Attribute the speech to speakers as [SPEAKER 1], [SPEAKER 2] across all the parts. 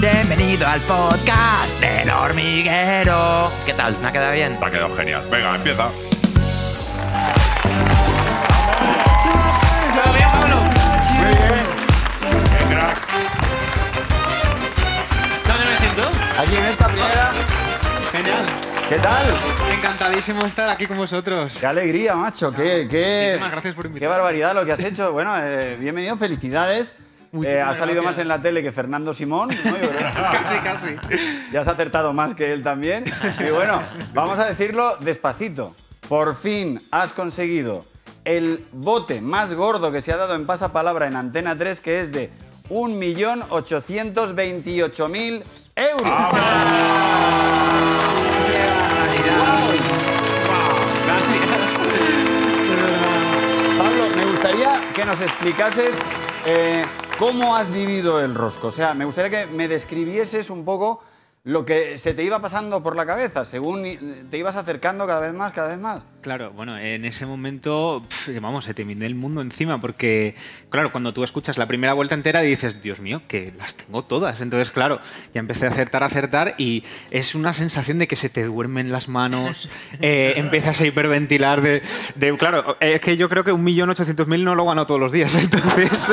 [SPEAKER 1] Bienvenido al podcast del hormiguero. ¿Qué tal? ¿Me ha quedado bien?
[SPEAKER 2] Te ha quedado genial. Venga, empieza.
[SPEAKER 3] Muy bien.
[SPEAKER 2] Eh, crack.
[SPEAKER 4] ¿Dónde me siento?
[SPEAKER 3] Aquí en esta primera.
[SPEAKER 4] Genial.
[SPEAKER 3] ¿Qué tal?
[SPEAKER 4] Encantadísimo estar aquí con vosotros.
[SPEAKER 3] Qué alegría, macho. Qué, qué,
[SPEAKER 4] Muchísimas gracias por
[SPEAKER 3] qué
[SPEAKER 4] invitarme.
[SPEAKER 3] barbaridad lo que has hecho. Bueno, eh, bienvenido, felicidades. Eh,
[SPEAKER 4] Muchísimas
[SPEAKER 3] ha salido
[SPEAKER 4] gracias.
[SPEAKER 3] más en la tele que Fernando Simón. ¿no? Yo creo.
[SPEAKER 4] Casi, casi.
[SPEAKER 3] Ya has acertado más que él también. Y bueno, vamos a decirlo despacito. Por fin has conseguido el bote más gordo que se ha dado en pasapalabra en Antena 3, que es de 1.828.000 euros. Pablo, me gustaría que nos explicases eh, cómo has vivido el rosco. O sea, me gustaría que me describieses un poco lo que se te iba pasando por la cabeza, según i- te ibas acercando cada vez más, cada vez más.
[SPEAKER 4] Claro, bueno, en ese momento, pf, vamos, se te vino el mundo encima, porque, claro, cuando tú escuchas la primera vuelta entera dices, Dios mío, que las tengo todas. Entonces, claro, ya empecé a acertar, a acertar, y es una sensación de que se te duermen las manos, eh, empiezas a hiperventilar. De, de- claro, eh, es que yo creo que 1.800.000 no lo gano todos los días, entonces.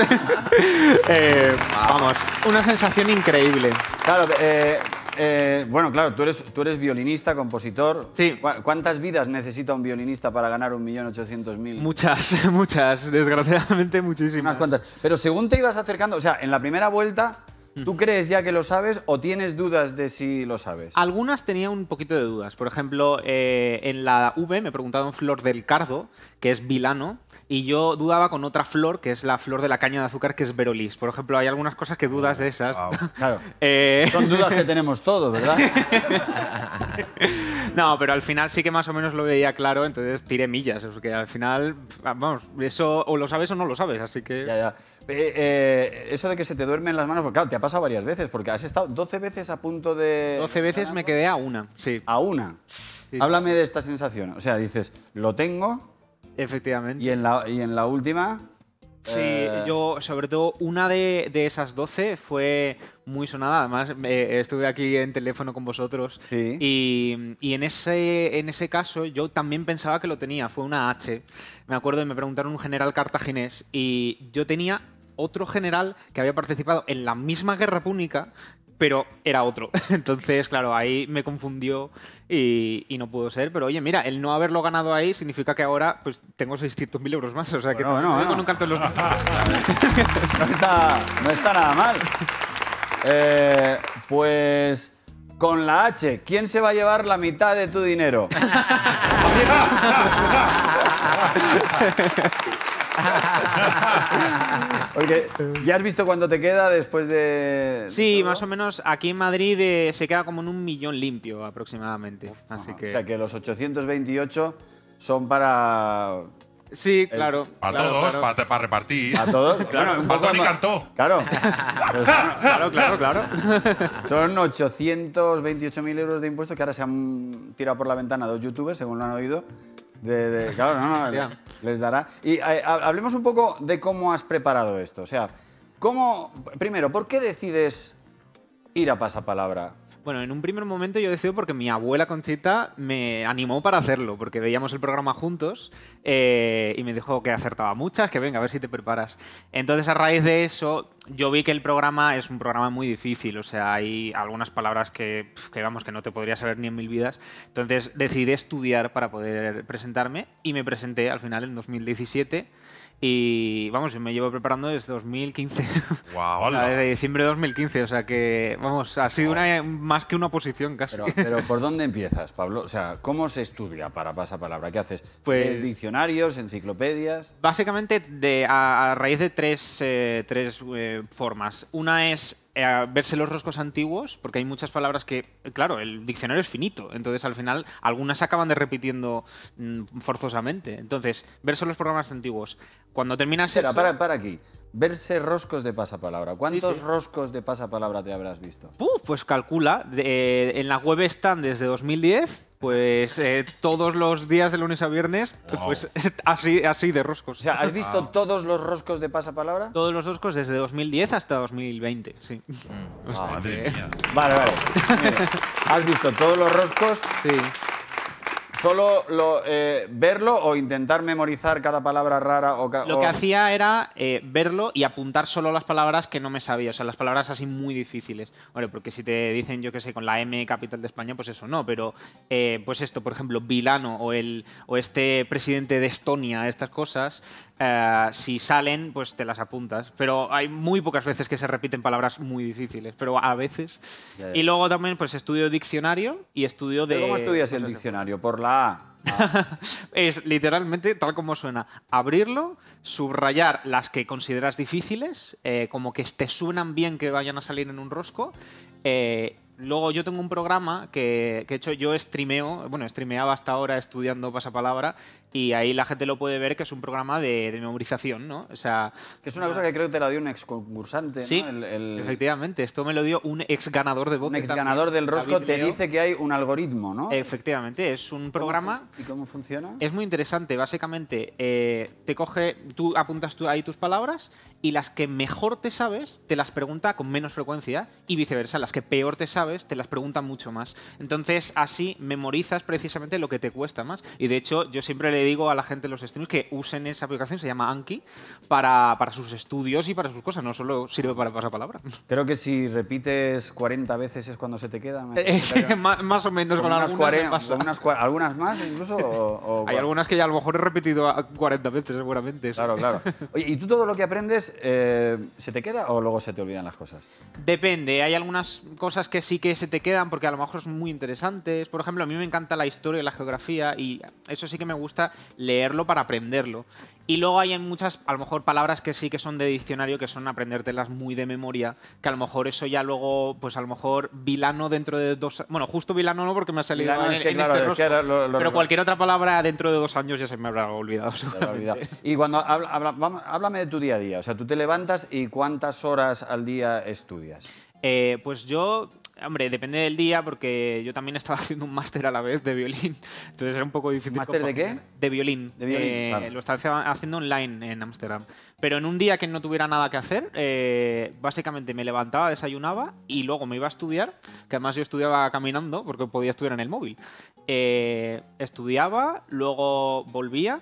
[SPEAKER 4] eh, vamos, una sensación increíble.
[SPEAKER 3] Claro, eh, eh, bueno, claro, tú eres, tú eres violinista, compositor.
[SPEAKER 4] Sí.
[SPEAKER 3] ¿Cu- ¿Cuántas vidas necesita un violinista para ganar 1.800.000?
[SPEAKER 4] Muchas, muchas, desgraciadamente
[SPEAKER 3] Unas
[SPEAKER 4] muchísimas.
[SPEAKER 3] cuantas. Pero según te ibas acercando, o sea, en la primera vuelta, ¿tú crees ya que lo sabes o tienes dudas de si lo sabes?
[SPEAKER 4] Algunas tenía un poquito de dudas. Por ejemplo, eh, en la V me preguntaban Flor del Cardo, que es vilano, y yo dudaba con otra flor, que es la flor de la caña de azúcar, que es Verolis. Por ejemplo, hay algunas cosas que dudas de esas.
[SPEAKER 3] Claro.
[SPEAKER 4] Eh,
[SPEAKER 3] Son dudas que tenemos todos, ¿verdad?
[SPEAKER 4] no, pero al final sí que más o menos lo veía claro, entonces tiré millas. Porque al final, ah, vamos, eso o lo sabes o no lo sabes, así que...
[SPEAKER 3] Ya, ya. Eh, eh, eso de que se te duermen las manos, porque claro, te ha pasado varias veces, porque has estado 12 veces a punto de...
[SPEAKER 4] 12 veces me quedé a una, sí,
[SPEAKER 3] Eh, A una. Háblame de esta sensación. O sea, dices, lo tengo
[SPEAKER 4] efectivamente.
[SPEAKER 3] y en la, y en la última...
[SPEAKER 4] Sí,
[SPEAKER 3] Eh,
[SPEAKER 4] yo sobre todo una de, de esas 12 fue muy sonada, además eh, estuve aquí en teléfono con vosotros
[SPEAKER 3] Sí.
[SPEAKER 4] y, y en, ese, en ese caso yo también pensaba que lo tenía, fue una H, me acuerdo y me preguntaron un general cartaginés y yo tenía otro general que había participado en la misma guerra púnica, pero era otro. Entonces, claro, ahí me confundió y, y no pudo ser. Pero oye, mira, el no haberlo ganado ahí significa que ahora pues tengo 600.000 euros más. O sea que
[SPEAKER 3] Bueno, bueno,
[SPEAKER 4] voy
[SPEAKER 3] bueno.
[SPEAKER 4] con un canto en los dientes.
[SPEAKER 3] No está, no está nada mal. Eh, pues con la H, ¿quién se va a llevar la mitad de tu dinero? Porque ya has visto cuánto te queda después de...
[SPEAKER 4] Sí, más o menos aquí en Madrid eh, se queda como en un millón limpio aproximadamente. Así que.
[SPEAKER 3] O sea que los 828 son para...
[SPEAKER 4] sí, claro.
[SPEAKER 2] Para
[SPEAKER 4] claro,
[SPEAKER 2] todos,
[SPEAKER 4] claro.
[SPEAKER 2] para todos.
[SPEAKER 3] A todos. Bueno, un
[SPEAKER 2] Para
[SPEAKER 3] poco
[SPEAKER 2] Tony
[SPEAKER 3] más-
[SPEAKER 2] Cantó.
[SPEAKER 3] Claro. Pero son-
[SPEAKER 4] Claro, claro, claro.
[SPEAKER 3] Son 828.000 euros de impuestos que ahora se han tirado por la ventana dos youtubers, según lo han oído. De, de- claro, no, no,
[SPEAKER 4] Hostia.
[SPEAKER 3] les dará. Y eh, ha- hablemos un poco de cómo has preparado esto. O sea, ¿cómo, primero, ¿por qué decides ir a Pasapalabra?
[SPEAKER 4] Bueno, en un primer momento yo decido porque mi abuela Conchita me animó para hacerlo, porque veíamos el programa juntos eh, y me dijo que acertaba muchas, que venga, a ver si te preparas. Entonces, a raíz de eso, yo vi que el programa es un programa muy difícil, o sea, hay algunas palabras que, pf, que vamos, que no te podría saber ni en mil vidas. Entonces, decidí estudiar para poder presentarme y me presenté al final en 2017 y, vamos, me llevo preparando desde 2015.
[SPEAKER 2] Guau,
[SPEAKER 4] O sea,
[SPEAKER 2] ala.
[SPEAKER 4] desde diciembre de 2015, o sea que, vamos, ha sido una, más que una oposición casi.
[SPEAKER 3] Pero, pero ¿por dónde empiezas, Pablo? O sea, ¿cómo se estudia para Pasapalabra? ¿Qué haces?
[SPEAKER 4] Pues-
[SPEAKER 3] ¿Lees diccionarios, enciclopedias?
[SPEAKER 4] Básicamente de, a, a raíz de tres, eh, tres eh, formas. Una es eh, verse los roscos antiguos, porque hay muchas palabras que, eh, claro, el diccionario es finito, entonces al final algunas se acaban de repitiendo mm, forzosamente. Entonces, verse los programas antiguos. Cuando terminas
[SPEAKER 3] Espera,
[SPEAKER 4] eso-
[SPEAKER 3] para, para aquí. Verse roscos de Pasapalabra. ¿Cuántos
[SPEAKER 4] sí.
[SPEAKER 3] roscos de Pasapalabra te habrás visto?
[SPEAKER 4] Puf, pues calcula. de- eh, en la web están desde 2010 Pues eh, todos los días de lunes a viernes,
[SPEAKER 2] Wow.
[SPEAKER 4] pues así, así de roscos.
[SPEAKER 3] O sea, ¿has visto todos los roscos de pasapalabra?
[SPEAKER 4] todos los roscos desde 2010 hasta 2020, sí.
[SPEAKER 2] Madre mía.
[SPEAKER 3] Vale, vale. Mira, ¿Has visto todos los roscos?
[SPEAKER 4] Sí.
[SPEAKER 3] ¿Solo lo, eh, verlo o intentar memorizar cada palabra rara? O ca-
[SPEAKER 4] Lo que
[SPEAKER 3] o-
[SPEAKER 4] hacía era eh, verlo y apuntar solo las palabras que no me sabía, o sea, las palabras así muy difíciles. Bueno, porque si te dicen, yo qué sé, con la M capital de España, pues eso no, pero eh, pues esto, por ejemplo, Vilano o, el, o este presidente de Estonia, estas cosas, eh, si salen, pues te las apuntas. Pero hay muy pocas veces que se repiten palabras muy difíciles, pero a veces.
[SPEAKER 3] Ya, ya.
[SPEAKER 4] Y luego también, pues estudio diccionario y estudio de...
[SPEAKER 3] Eh. ¿Pero ¿Cómo estudias el
[SPEAKER 4] cosas de-
[SPEAKER 3] diccionario? Por la A.
[SPEAKER 4] es literalmente tal como suena. Abrirlo, subrayar las que consideras difíciles, eh, como que te suenan bien que vayan a salir en un rosco. eh, Luego yo tengo un programa que, que he hecho, yo streameo, bueno, streameaba hasta ahora estudiando pasapalabra y ahí la gente lo puede ver que es un programa de, de memorización, ¿no? O sea,
[SPEAKER 3] Que es una cosa que creo que te la dio un ex concursante.
[SPEAKER 4] sí,
[SPEAKER 3] ¿no? El- el-
[SPEAKER 4] efectivamente, esto me lo dio un ex ganador de
[SPEAKER 3] un
[SPEAKER 4] bote
[SPEAKER 3] ex
[SPEAKER 4] también,
[SPEAKER 3] ganador del
[SPEAKER 4] David
[SPEAKER 3] rosco te
[SPEAKER 4] Leo.
[SPEAKER 3] dice que hay un algoritmo, ¿no?
[SPEAKER 4] Efectivamente, es un programa Eh.
[SPEAKER 3] ¿Y cómo funciona?
[SPEAKER 4] Es muy interesante, básicamente eh, te coge, tú apuntas tú ahí tus palabras y las que mejor te sabes te las pregunta con menos frecuencia y viceversa, las que peor te sabes te las pregunta mucho más. Entonces así memorizas precisamente lo que te cuesta más. Y de hecho yo siempre le digo a la gente en los streams que usen esa aplicación, se llama Anki, para, para sus estudios y para sus cosas, no solo sirve para pasapalabra.
[SPEAKER 3] Creo que si repites 40 veces es cuando se te queda. ¿no?
[SPEAKER 4] Es más, más o menos
[SPEAKER 3] Con
[SPEAKER 4] Eh, con
[SPEAKER 3] unas
[SPEAKER 4] algunas me
[SPEAKER 3] 40,
[SPEAKER 4] pasa.
[SPEAKER 3] con unas cua- algunas más incluso. o- o-
[SPEAKER 4] Hay algunas que ya a lo mejor he repetido a- 40 veces seguramente. sí.
[SPEAKER 3] Claro, claro. Oye, ¿y tú todo lo que aprendes eh, se te queda o luego se te olvidan las cosas?
[SPEAKER 4] Depende, hay algunas cosas que sí que se te quedan porque a lo mejor son muy interesantes. Por ejemplo, a mí me encanta la historia y la geografía y eso sí que me gusta leerlo para aprenderlo. Y luego hay en muchas, a lo mejor, palabras que sí que son de diccionario, que son aprendértelas muy de memoria, que a lo mejor eso ya luego, pues a lo mejor Vilano dentro de dos... Bueno, justo Vilano no porque me ha salido
[SPEAKER 3] Vilano
[SPEAKER 4] en,
[SPEAKER 3] es que,
[SPEAKER 4] en
[SPEAKER 3] claro,
[SPEAKER 4] este
[SPEAKER 3] es que
[SPEAKER 4] rosco.
[SPEAKER 3] ahora lo- lo-
[SPEAKER 4] Pero cualquier otra palabra dentro de dos años ya se me habrá olvidado.
[SPEAKER 3] Te lo has olvidado. Y cuando habla- habla- vamos- háblame de tu día a día, o sea, tú te levantas y cuántas horas al día estudias.
[SPEAKER 4] Eh, pues yo, hombre, depende del día, porque yo también estaba haciendo un máster a la vez de violín. Entonces era un poco difícil.
[SPEAKER 3] ¿Máster de qué?
[SPEAKER 4] compaginar. De violín. Eh,
[SPEAKER 3] De violín, claro.
[SPEAKER 4] Lo estaba hacia- haciendo online en Ámsterdam. Pero en un día que no tuviera nada que hacer, eh, básicamente me levantaba, desayunaba y luego me iba a estudiar, que además yo estudiaba caminando porque podía estudiar en el móvil. Eh, estudiaba, luego volvía,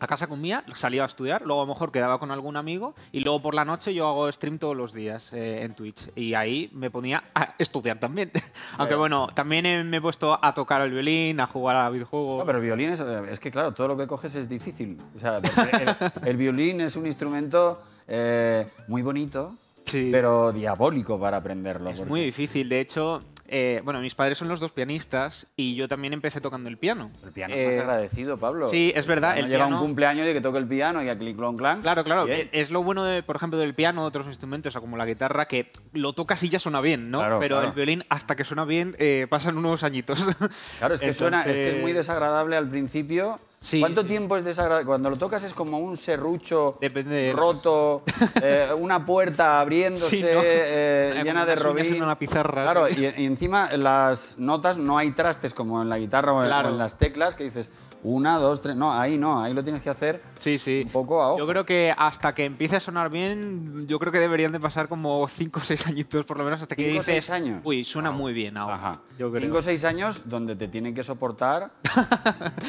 [SPEAKER 4] a casa comía, salía a estudiar, luego a lo mejor quedaba con algún amigo y luego por la noche yo hago stream todos los días eh, en Twitch y ahí me ponía a estudiar también. Aunque bueno, también he- me he puesto a tocar el violín, a jugar a videojuegos.
[SPEAKER 3] No, pero violines, eh, es que claro, todo lo que coges es difícil. O sea, porque el, el violín es un instrumento eh, muy bonito,
[SPEAKER 4] Sí.
[SPEAKER 3] pero diabólico para aprenderlo.
[SPEAKER 4] Es
[SPEAKER 3] porque-
[SPEAKER 4] muy difícil, de hecho, eh, bueno, mis padres son los dos pianistas y yo también empecé tocando el piano.
[SPEAKER 3] El piano
[SPEAKER 4] Eh,
[SPEAKER 3] es más agradecido, Pablo.
[SPEAKER 4] sí, es verdad,
[SPEAKER 3] Piano
[SPEAKER 4] el
[SPEAKER 3] llega un
[SPEAKER 4] piano-
[SPEAKER 3] cumpleaños y que toque el piano y a clic clon clan.
[SPEAKER 4] Claro, claro.
[SPEAKER 3] Bien.
[SPEAKER 4] e- Es lo bueno, de, por ejemplo, del piano, otros instrumentos, o sea, como la guitarra, que lo tocas y ya suena bien, ¿no?
[SPEAKER 3] Claro,
[SPEAKER 4] Pero
[SPEAKER 3] claro.
[SPEAKER 4] el violín, hasta que suena bien, eh, pasan unos añitos.
[SPEAKER 3] Claro, es que suena, es que es muy
[SPEAKER 4] Entonces-
[SPEAKER 3] desagradable al principio.
[SPEAKER 4] Sí,
[SPEAKER 3] ¿Cuánto
[SPEAKER 4] sí.
[SPEAKER 3] tiempo es desagradable? Cuando lo tocas es como un serrucho
[SPEAKER 4] Depende de-
[SPEAKER 3] roto, eh, una puerta abriéndose,
[SPEAKER 4] Sí, ¿no?
[SPEAKER 3] eh,
[SPEAKER 4] Con
[SPEAKER 3] llena de
[SPEAKER 4] unas uñas
[SPEAKER 3] robín.
[SPEAKER 4] en una pizarra.
[SPEAKER 3] Claro, y, y encima las notas no hay trastes como en la guitarra o en-
[SPEAKER 4] Claro.
[SPEAKER 3] o en las teclas que dices una, dos, tres. No, ahí no, ahí lo tienes que hacer.
[SPEAKER 4] Sí, sí.
[SPEAKER 3] Un poco a ojo.
[SPEAKER 4] Yo creo que hasta que empiece a sonar bien, yo creo que deberían de pasar como 5 o 6 añitos por lo menos hasta que
[SPEAKER 3] Cinco o
[SPEAKER 4] dices,
[SPEAKER 3] seis años.
[SPEAKER 4] uy, suena muy bien ahora.
[SPEAKER 3] Ajá.
[SPEAKER 4] Yo creo.
[SPEAKER 3] Cinco o seis años donde te tienen que soportar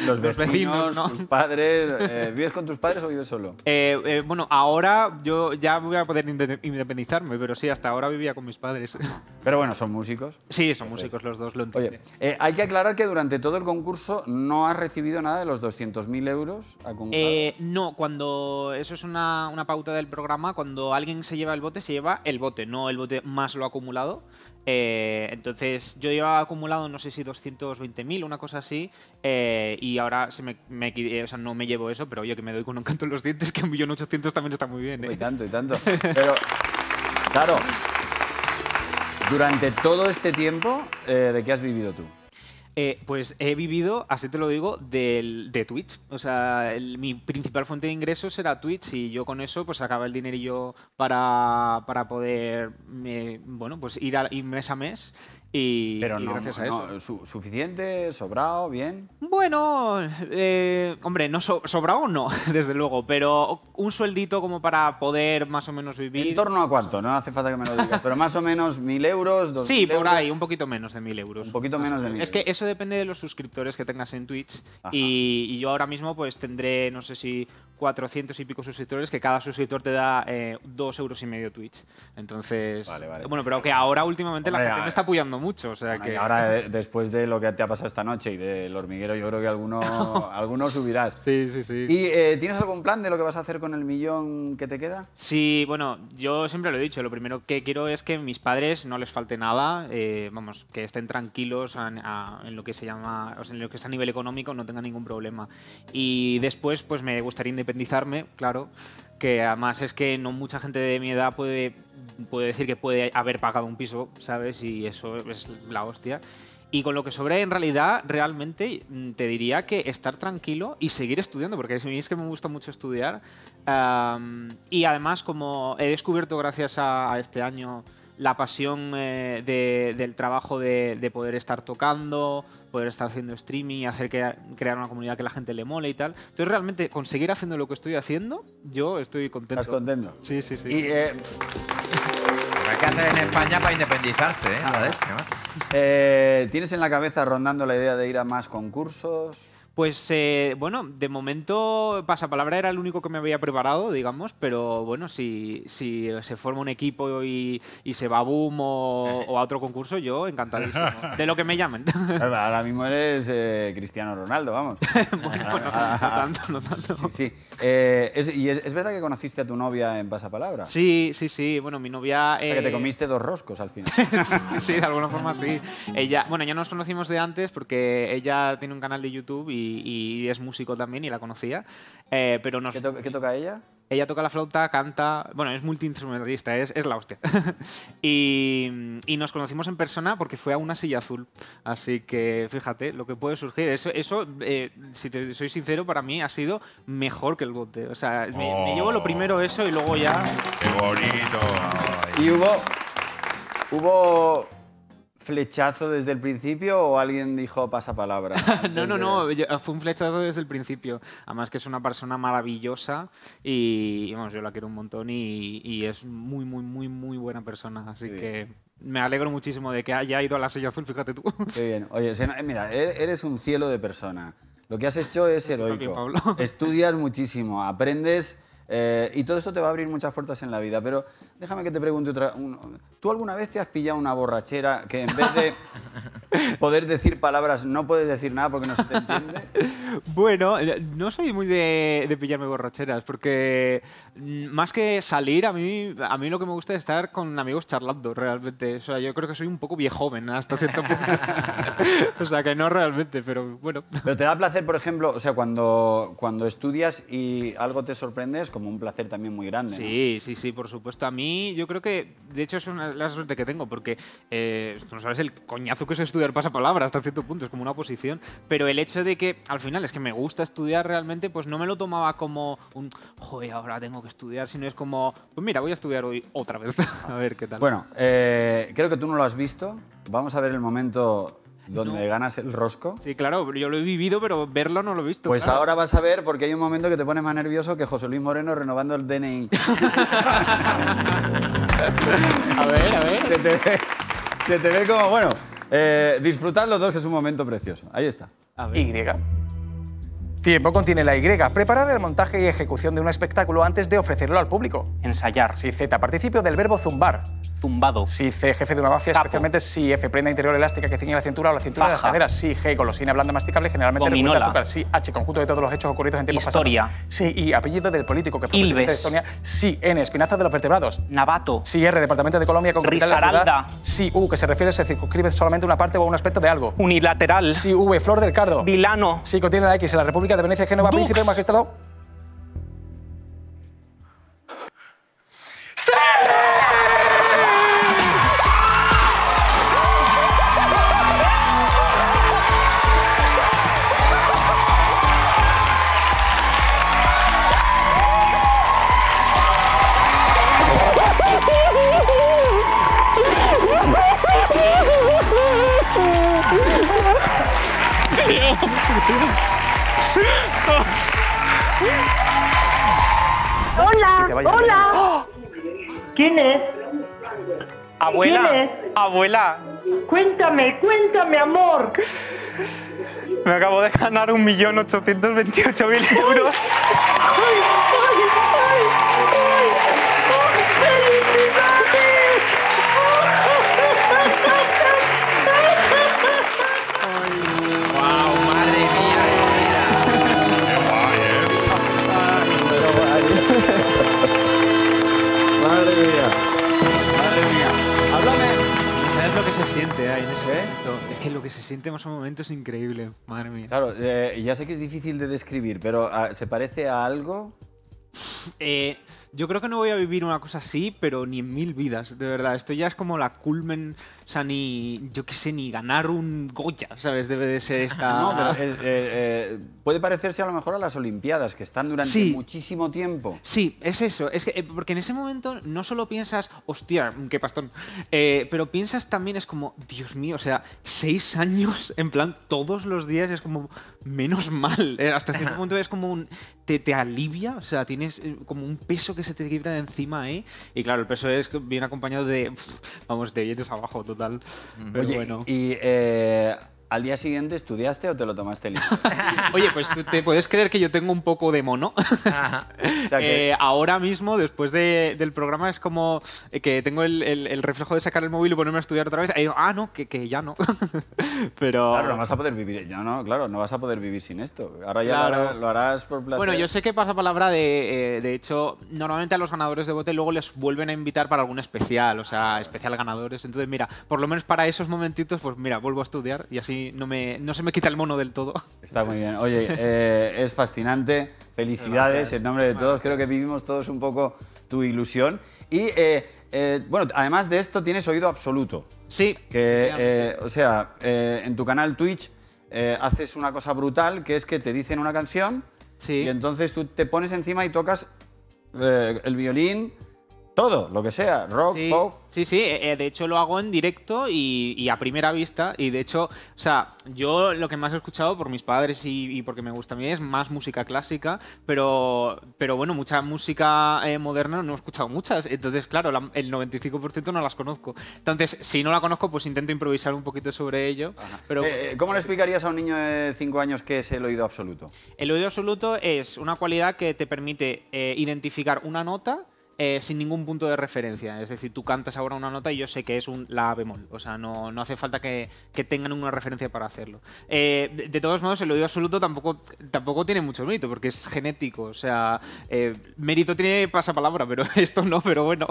[SPEAKER 3] los vecinos,
[SPEAKER 4] vecinos, ¿no?
[SPEAKER 3] tus padres. eh, ¿Vives con tus padres o vives solo?
[SPEAKER 4] Eh, eh, bueno, ahora yo ya voy a poder inde- independizarme, pero sí, hasta ahora vivía con mis padres.
[SPEAKER 3] Pero bueno, son músicos.
[SPEAKER 4] sí, son músicos los dos, lo
[SPEAKER 3] Oye,
[SPEAKER 4] entienden.
[SPEAKER 3] eh, hay que aclarar que durante todo el concurso no has recibido nada de los 200.000 euros acumulados.
[SPEAKER 4] Eh, no, cuando. Eso es una, una pauta del programa. Cuando alguien se lleva el bote, se lleva el bote, no el bote más lo acumulado. Eh, entonces, yo llevaba acumulado, no sé si 220.000, una cosa así. eh, y ahora se me, me qui- eh, o sea, no me llevo eso, pero oye, que me doy con un canto en los dientes, que 1.800.000 también está muy bien. ¿eh?
[SPEAKER 3] Y tanto, y tanto. Pero, claro, durante todo este tiempo, eh, ¿de qué has vivido tú?
[SPEAKER 4] Eh, pues he vivido, así te lo digo, del, de Twitch. O sea, el- mi principal fuente de ingresos era Twitch y yo con eso pues sacaba el dinerillo para, para poder, me- bueno, pues ir, a- ir mes a mes. Y,
[SPEAKER 3] Pero
[SPEAKER 4] y
[SPEAKER 3] no,
[SPEAKER 4] gracias a
[SPEAKER 3] no,
[SPEAKER 4] eso.
[SPEAKER 3] su- suficiente, sobrado, bien.
[SPEAKER 4] Bueno, eh, hombre, no so- sobrado no, desde luego, pero un sueldito como para poder más o menos vivir.
[SPEAKER 3] ¿En torno a cuánto? No hace falta que me lo digas, pero más o menos mil euros, dos
[SPEAKER 4] Sí, por ahí, un poquito menos de mil euros.
[SPEAKER 3] Un poquito menos de 1.000
[SPEAKER 4] Es que
[SPEAKER 3] euros.
[SPEAKER 4] eso depende de los suscriptores que tengas en Twitch.
[SPEAKER 3] Ajá.
[SPEAKER 4] Y, y yo ahora mismo pues tendré, no sé si 400 y pico suscriptores, que cada suscriptor te da eh, dos euros y medio Twitch. Entonces,
[SPEAKER 3] Vale, vale. pues
[SPEAKER 4] bueno, pero que ahora últimamente
[SPEAKER 3] Hombre,
[SPEAKER 4] la gente
[SPEAKER 3] a-
[SPEAKER 4] me está apoyando mucho. O sea que...
[SPEAKER 3] Ahora, eh, después de lo que te ha pasado esta noche y del hormiguero, yo creo que alguno, alguno subirás.
[SPEAKER 4] Sí, sí, sí.
[SPEAKER 3] ¿Y eh, tienes algún plan de lo que vas a hacer con el millón que te queda?
[SPEAKER 4] Sí, bueno, yo siempre lo he dicho, lo primero que quiero es que mis padres no les falte nada, eh, vamos, que estén tranquilos a- a- en lo que se llama, o sea, en lo que es a nivel económico, no tengan ningún problema. Y después, pues me gustaría independizarme, claro, que además es que no mucha gente de mi edad puede, puede decir que puede haber pagado un piso, ¿sabes? Y eso es la hostia. Y con lo que sobre, en realidad, realmente mm, te diría que estar tranquilo y seguir estudiando, porque a mí es que me gusta mucho estudiar. Am, y además, como he descubierto gracias a, a este año la pasión eh, de- del trabajo de, de poder estar tocando, poder estar haciendo streaming, hacer que, crear una comunidad que la gente le mole y tal. Entonces, realmente, conseguir haciendo lo que estoy haciendo, yo estoy contento.
[SPEAKER 3] ¿Estás contento?
[SPEAKER 4] Sí, sí, sí.
[SPEAKER 3] Y, eh,
[SPEAKER 1] Hay que hacer en España para independizarse, ¿eh? A la leche, macho.
[SPEAKER 3] eh, ¿Tienes en la cabeza rondando la idea de ir a más concursos?
[SPEAKER 4] Pues eh, bueno, de momento Pasapalabra era el único que me había preparado, digamos, pero bueno, si, si se forma un equipo y, y se va a Boom o, o a otro concurso, yo encantadísimo. De lo que me llamen.
[SPEAKER 3] Eh, Ahora mismo eres eh, Cristiano Ronaldo, vamos.
[SPEAKER 4] bueno, no, no tanto, no tanto.
[SPEAKER 3] Sí, sí. Eh, es- ¿Y es, es verdad que conociste a tu novia en Pasapalabra?
[SPEAKER 4] Sí, sí, sí. Bueno, mi novia...
[SPEAKER 3] O sea, que te
[SPEAKER 4] eh,
[SPEAKER 3] comiste dos roscos al final.
[SPEAKER 4] sí, de alguna forma sí. Ella, bueno, ya nos conocimos de antes porque ella tiene un canal de YouTube y, y es músico también y la conocía. eh, pero nos,
[SPEAKER 3] ¿Qué, to- qué toca ella?
[SPEAKER 4] Ella toca la flauta, canta, bueno, es multiinstrumentalista, es, es la hostia. y, y nos conocimos en persona porque fue a una silla azul. Así que fíjate lo que puede surgir. Eso, eso eh, si te soy sincero, para mí ha sido mejor que el bote. O sea, me, me llevo lo primero eso y luego ya...
[SPEAKER 2] Qué bonito.
[SPEAKER 3] ¿Y hubo, hubo flechazo desde el principio o alguien dijo Pasapalabra?
[SPEAKER 4] No, no, no, yo- fue un flechazo desde el principio. Además que es una persona maravillosa y, y, vamos, yo la quiero un montón y, y es muy, muy, muy, muy buena persona. Así
[SPEAKER 3] bien.
[SPEAKER 4] que me alegro muchísimo de que haya ido a la silla azul, fíjate tú.
[SPEAKER 3] Qué bien. Oye, Sena- eh, mira, e- eres un cielo de persona. Lo que has hecho es
[SPEAKER 4] bien,
[SPEAKER 3] heroico.
[SPEAKER 4] Pablo.
[SPEAKER 3] Estudias muchísimo, aprendes eh, y todo esto te va a abrir muchas puertas en la vida. Pero déjame que te pregunte otra. un- ¿Tú alguna vez te has pillado una borrachera que en vez de poder decir palabras no puedes decir nada porque no se te entiende?
[SPEAKER 4] Bueno, eh, no soy muy de, de pillarme borracheras, porque mm, más que salir, a mí, a mí lo que me gusta es estar con amigos charlando, realmente. O sea, yo creo que soy un poco viejoven hasta cierto punto. o sea, que no realmente, pero bueno.
[SPEAKER 3] Pero te da placer, por ejemplo, o sea, cuando, cuando estudias y algo te sorprende es como un placer también muy grande. ¿no?
[SPEAKER 4] Sí, sí, sí, por supuesto. A mí, yo creo que, de hecho, es una, la suerte que tengo, porque, eh, tú no sabes el coñazo que es estudiar pasapalabras hasta cierto punto, es como una oposición. Pero el hecho de que, al final, es que me gusta estudiar realmente, pues no me lo tomaba como un, joder, ahora tengo que estudiar, sino es como, pues mira, voy a estudiar hoy otra vez, a ver qué tal.
[SPEAKER 3] Bueno, eh, creo que tú no lo has visto. Vamos a ver el momento donde ganas el rosco.
[SPEAKER 4] Sí, claro, yo lo he vivido, pero verlo no lo he visto.
[SPEAKER 3] Pues
[SPEAKER 4] claro.
[SPEAKER 3] ahora vas a ver, porque hay un momento que te pones más nervioso que José Luis Moreno renovando el DNI.
[SPEAKER 4] A ver, a ver.
[SPEAKER 3] se, te ve, se te ve como, bueno, eh, disfrutad los dos, que es un momento precioso. Ahí está.
[SPEAKER 4] A ver.
[SPEAKER 5] Y. Tiempo contiene la Y. Preparar el montaje y ejecución de un espectáculo antes de ofrecerlo al público.
[SPEAKER 6] Ensayar.
[SPEAKER 5] Si Z, participio del verbo zumbar.
[SPEAKER 6] Zumbado.
[SPEAKER 5] Si C, jefe de una mafia,
[SPEAKER 6] Capo.
[SPEAKER 5] especialmente si F, prenda interior elástica que ciñe la cintura o la cintura de las
[SPEAKER 6] Faja.
[SPEAKER 5] caderas. Si G, golosina blanda masticable, generalmente revuelta de
[SPEAKER 6] Gominola.
[SPEAKER 5] azúcar. Si H, conjunto de todos los hechos ocurridos en tiempos
[SPEAKER 6] Historia.
[SPEAKER 5] pasados. Si I, apellido del político que fue
[SPEAKER 6] Ilves.
[SPEAKER 5] presidente de Estonia. Si N, espinaza de los vertebrados.
[SPEAKER 6] Navato.
[SPEAKER 5] Si R, departamento de Colombia con capital de la ciudad.
[SPEAKER 6] Risaralda.
[SPEAKER 5] Si U, que se refiere, se circunscribe solamente una parte o un aspecto de algo.
[SPEAKER 6] Unilateral.
[SPEAKER 5] Si V, flor del cardo.
[SPEAKER 6] Vilano.
[SPEAKER 5] Sí, contiene la X en la República de Venecia, Génova,
[SPEAKER 6] Dux.
[SPEAKER 5] Príncipe, Magistrado. te
[SPEAKER 6] Hola,
[SPEAKER 5] vaya
[SPEAKER 6] hola. ¿Quién es?
[SPEAKER 5] Abuela,
[SPEAKER 6] ¿Quién
[SPEAKER 5] abuela,
[SPEAKER 6] Cuéntame, cuéntame, amor.
[SPEAKER 5] me acabo de ganar 1.828.000 euros.
[SPEAKER 6] ¡Ay, ay, ay, ay! ¡Ay, felicidades!
[SPEAKER 2] Qué guay, ¿eh?
[SPEAKER 3] Madre mía. Madre mía. Háblame.
[SPEAKER 4] ¿Sabes lo que se siente eh? ahí en ese
[SPEAKER 3] ¿Qué?
[SPEAKER 4] momento? Es que lo que se siente en ese momento es increíble, madre mía.
[SPEAKER 3] Claro, eh, ya sé que es difícil de describir, pero ah, ¿se parece a algo?
[SPEAKER 4] Eh, yo creo que no voy a vivir una cosa así, pero ni en mil vidas, de verdad. Esto ya es como la culmen, o sea, ni, yo qué sé, ni ganar un Goya, ¿sabes? Debe de ser esta...
[SPEAKER 3] No, pero es- eh, eh, puede parecerse a lo mejor a las Olimpiadas, que están durante
[SPEAKER 4] Sí.
[SPEAKER 3] muchísimo tiempo.
[SPEAKER 4] Sí, es eso. Es que, eh, porque en ese momento no solo piensas, hostia, mm, qué pastón, eh, pero piensas también, es como, Dios mío, o sea, seis años, en plan, todos los días es como, menos mal. Eh, hasta cierto punto es como un. Te, te alivia, o sea, tienes eh, como un peso que se te quita de encima ahí. Y claro, el peso es que viene acompañado de, pf, vamos, de billetes abajo, total. Pero
[SPEAKER 3] Mm. Oye,
[SPEAKER 4] bueno.
[SPEAKER 3] y eh, al día siguiente estudiaste o te lo tomaste limpio?
[SPEAKER 4] Oye, pues tú te puedes creer que yo tengo un poco de mono.
[SPEAKER 3] O sea que-
[SPEAKER 4] Eh, ahora mismo, después de- del programa, es como eh, que tengo el, el- el reflejo de sacar el móvil y ponerme a estudiar otra vez. Y digo, ah, no, que, que ya no. Pero.
[SPEAKER 3] Claro, no vas a poder vivir. No, no, claro, no vas a poder vivir sin esto. Ahora ya
[SPEAKER 4] Claro.
[SPEAKER 3] lo, harás, lo harás por placer.
[SPEAKER 4] Bueno, yo sé que pasa palabra de, eh, de hecho, normalmente a los ganadores de bote luego les vuelven a invitar para algún especial, o sea, especial ganadores. Entonces, mira, por lo menos para esos momentitos, pues mira, vuelvo a estudiar y así no me, no se me quita el mono del todo.
[SPEAKER 3] Está muy bien. Oye, eh, es fascinante. Felicidades en nombre de todos. Creo que vivimos todos un poco tu ilusión. Y eh, eh, bueno, además de esto, tienes oído absoluto.
[SPEAKER 4] Sí.
[SPEAKER 3] Que,
[SPEAKER 4] Ya lo sé.
[SPEAKER 3] eh, o sea, eh, en tu canal Twitch eh, haces una cosa brutal, que es que te dicen una canción
[SPEAKER 4] Sí.
[SPEAKER 3] y entonces tú te pones encima y tocas eh, el violín, todo, lo que sea, rock,
[SPEAKER 4] Sí,
[SPEAKER 3] pop.
[SPEAKER 4] sí, sí, eh, eh, de hecho lo hago en directo y, y a primera vista. Y de hecho, o sea, yo lo que más he escuchado por mis padres y, y porque me gusta a mí es más música clásica, pero, pero bueno, mucha música eh, moderna no he escuchado muchas. Entonces, claro, la- el 95% no las conozco. Entonces, si no la conozco, pues intento improvisar un poquito sobre ello. Pero
[SPEAKER 3] Eh, eh, ¿Cómo le explicarías a un niño de 5 años qué es el oído absoluto?
[SPEAKER 4] el oído absoluto es una cualidad que te permite eh, identificar una nota eh, sin ningún punto de referencia. Es decir, tú cantas ahora una nota y yo sé que es un la bemol. O sea, no, no hace falta que, que tengan una referencia para hacerlo. Eh, de, de todos modos, el oído absoluto tampoco, tampoco tiene mucho mérito porque es genético. O sea, eh, mérito tiene pasapalabra, pero esto no, pero bueno.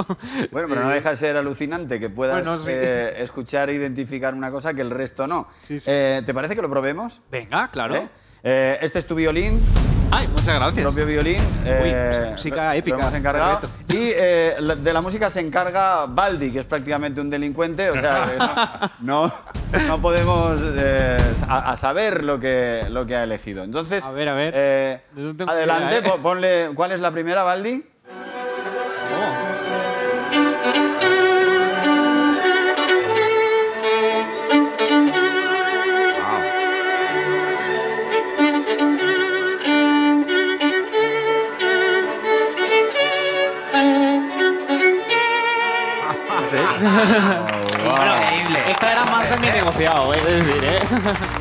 [SPEAKER 3] Bueno, pero no deja de ser alucinante que puedas
[SPEAKER 4] Bueno, sí.
[SPEAKER 3] eh, escuchar e identificar una cosa que el resto no.
[SPEAKER 4] Sí, sí.
[SPEAKER 3] Eh, ¿Te parece que lo probemos?
[SPEAKER 4] Venga, claro.
[SPEAKER 3] ¿Eh? Eh, este es tu violín,
[SPEAKER 4] Ay, muchas
[SPEAKER 3] tu
[SPEAKER 4] gracias.
[SPEAKER 3] propio violín. eh,
[SPEAKER 4] música
[SPEAKER 3] lo-
[SPEAKER 4] épica,
[SPEAKER 3] Lo hemos encargado.
[SPEAKER 4] perfecto.
[SPEAKER 3] Y eh, la- de la música se encarga Baldi, que es prácticamente un delincuente. O sea, eh, no, no, no podemos eh, a, a saber lo que, lo que ha elegido. Entonces,
[SPEAKER 4] A ver, a ver.
[SPEAKER 3] eh,
[SPEAKER 4] No tengo
[SPEAKER 3] adelante,
[SPEAKER 4] idea, ¿eh?
[SPEAKER 3] po- ponle. ¿Cuál es la primera, Baldi?
[SPEAKER 4] Oh.
[SPEAKER 7] Então
[SPEAKER 4] Esta era más de mi negociado, es decir, ¿eh?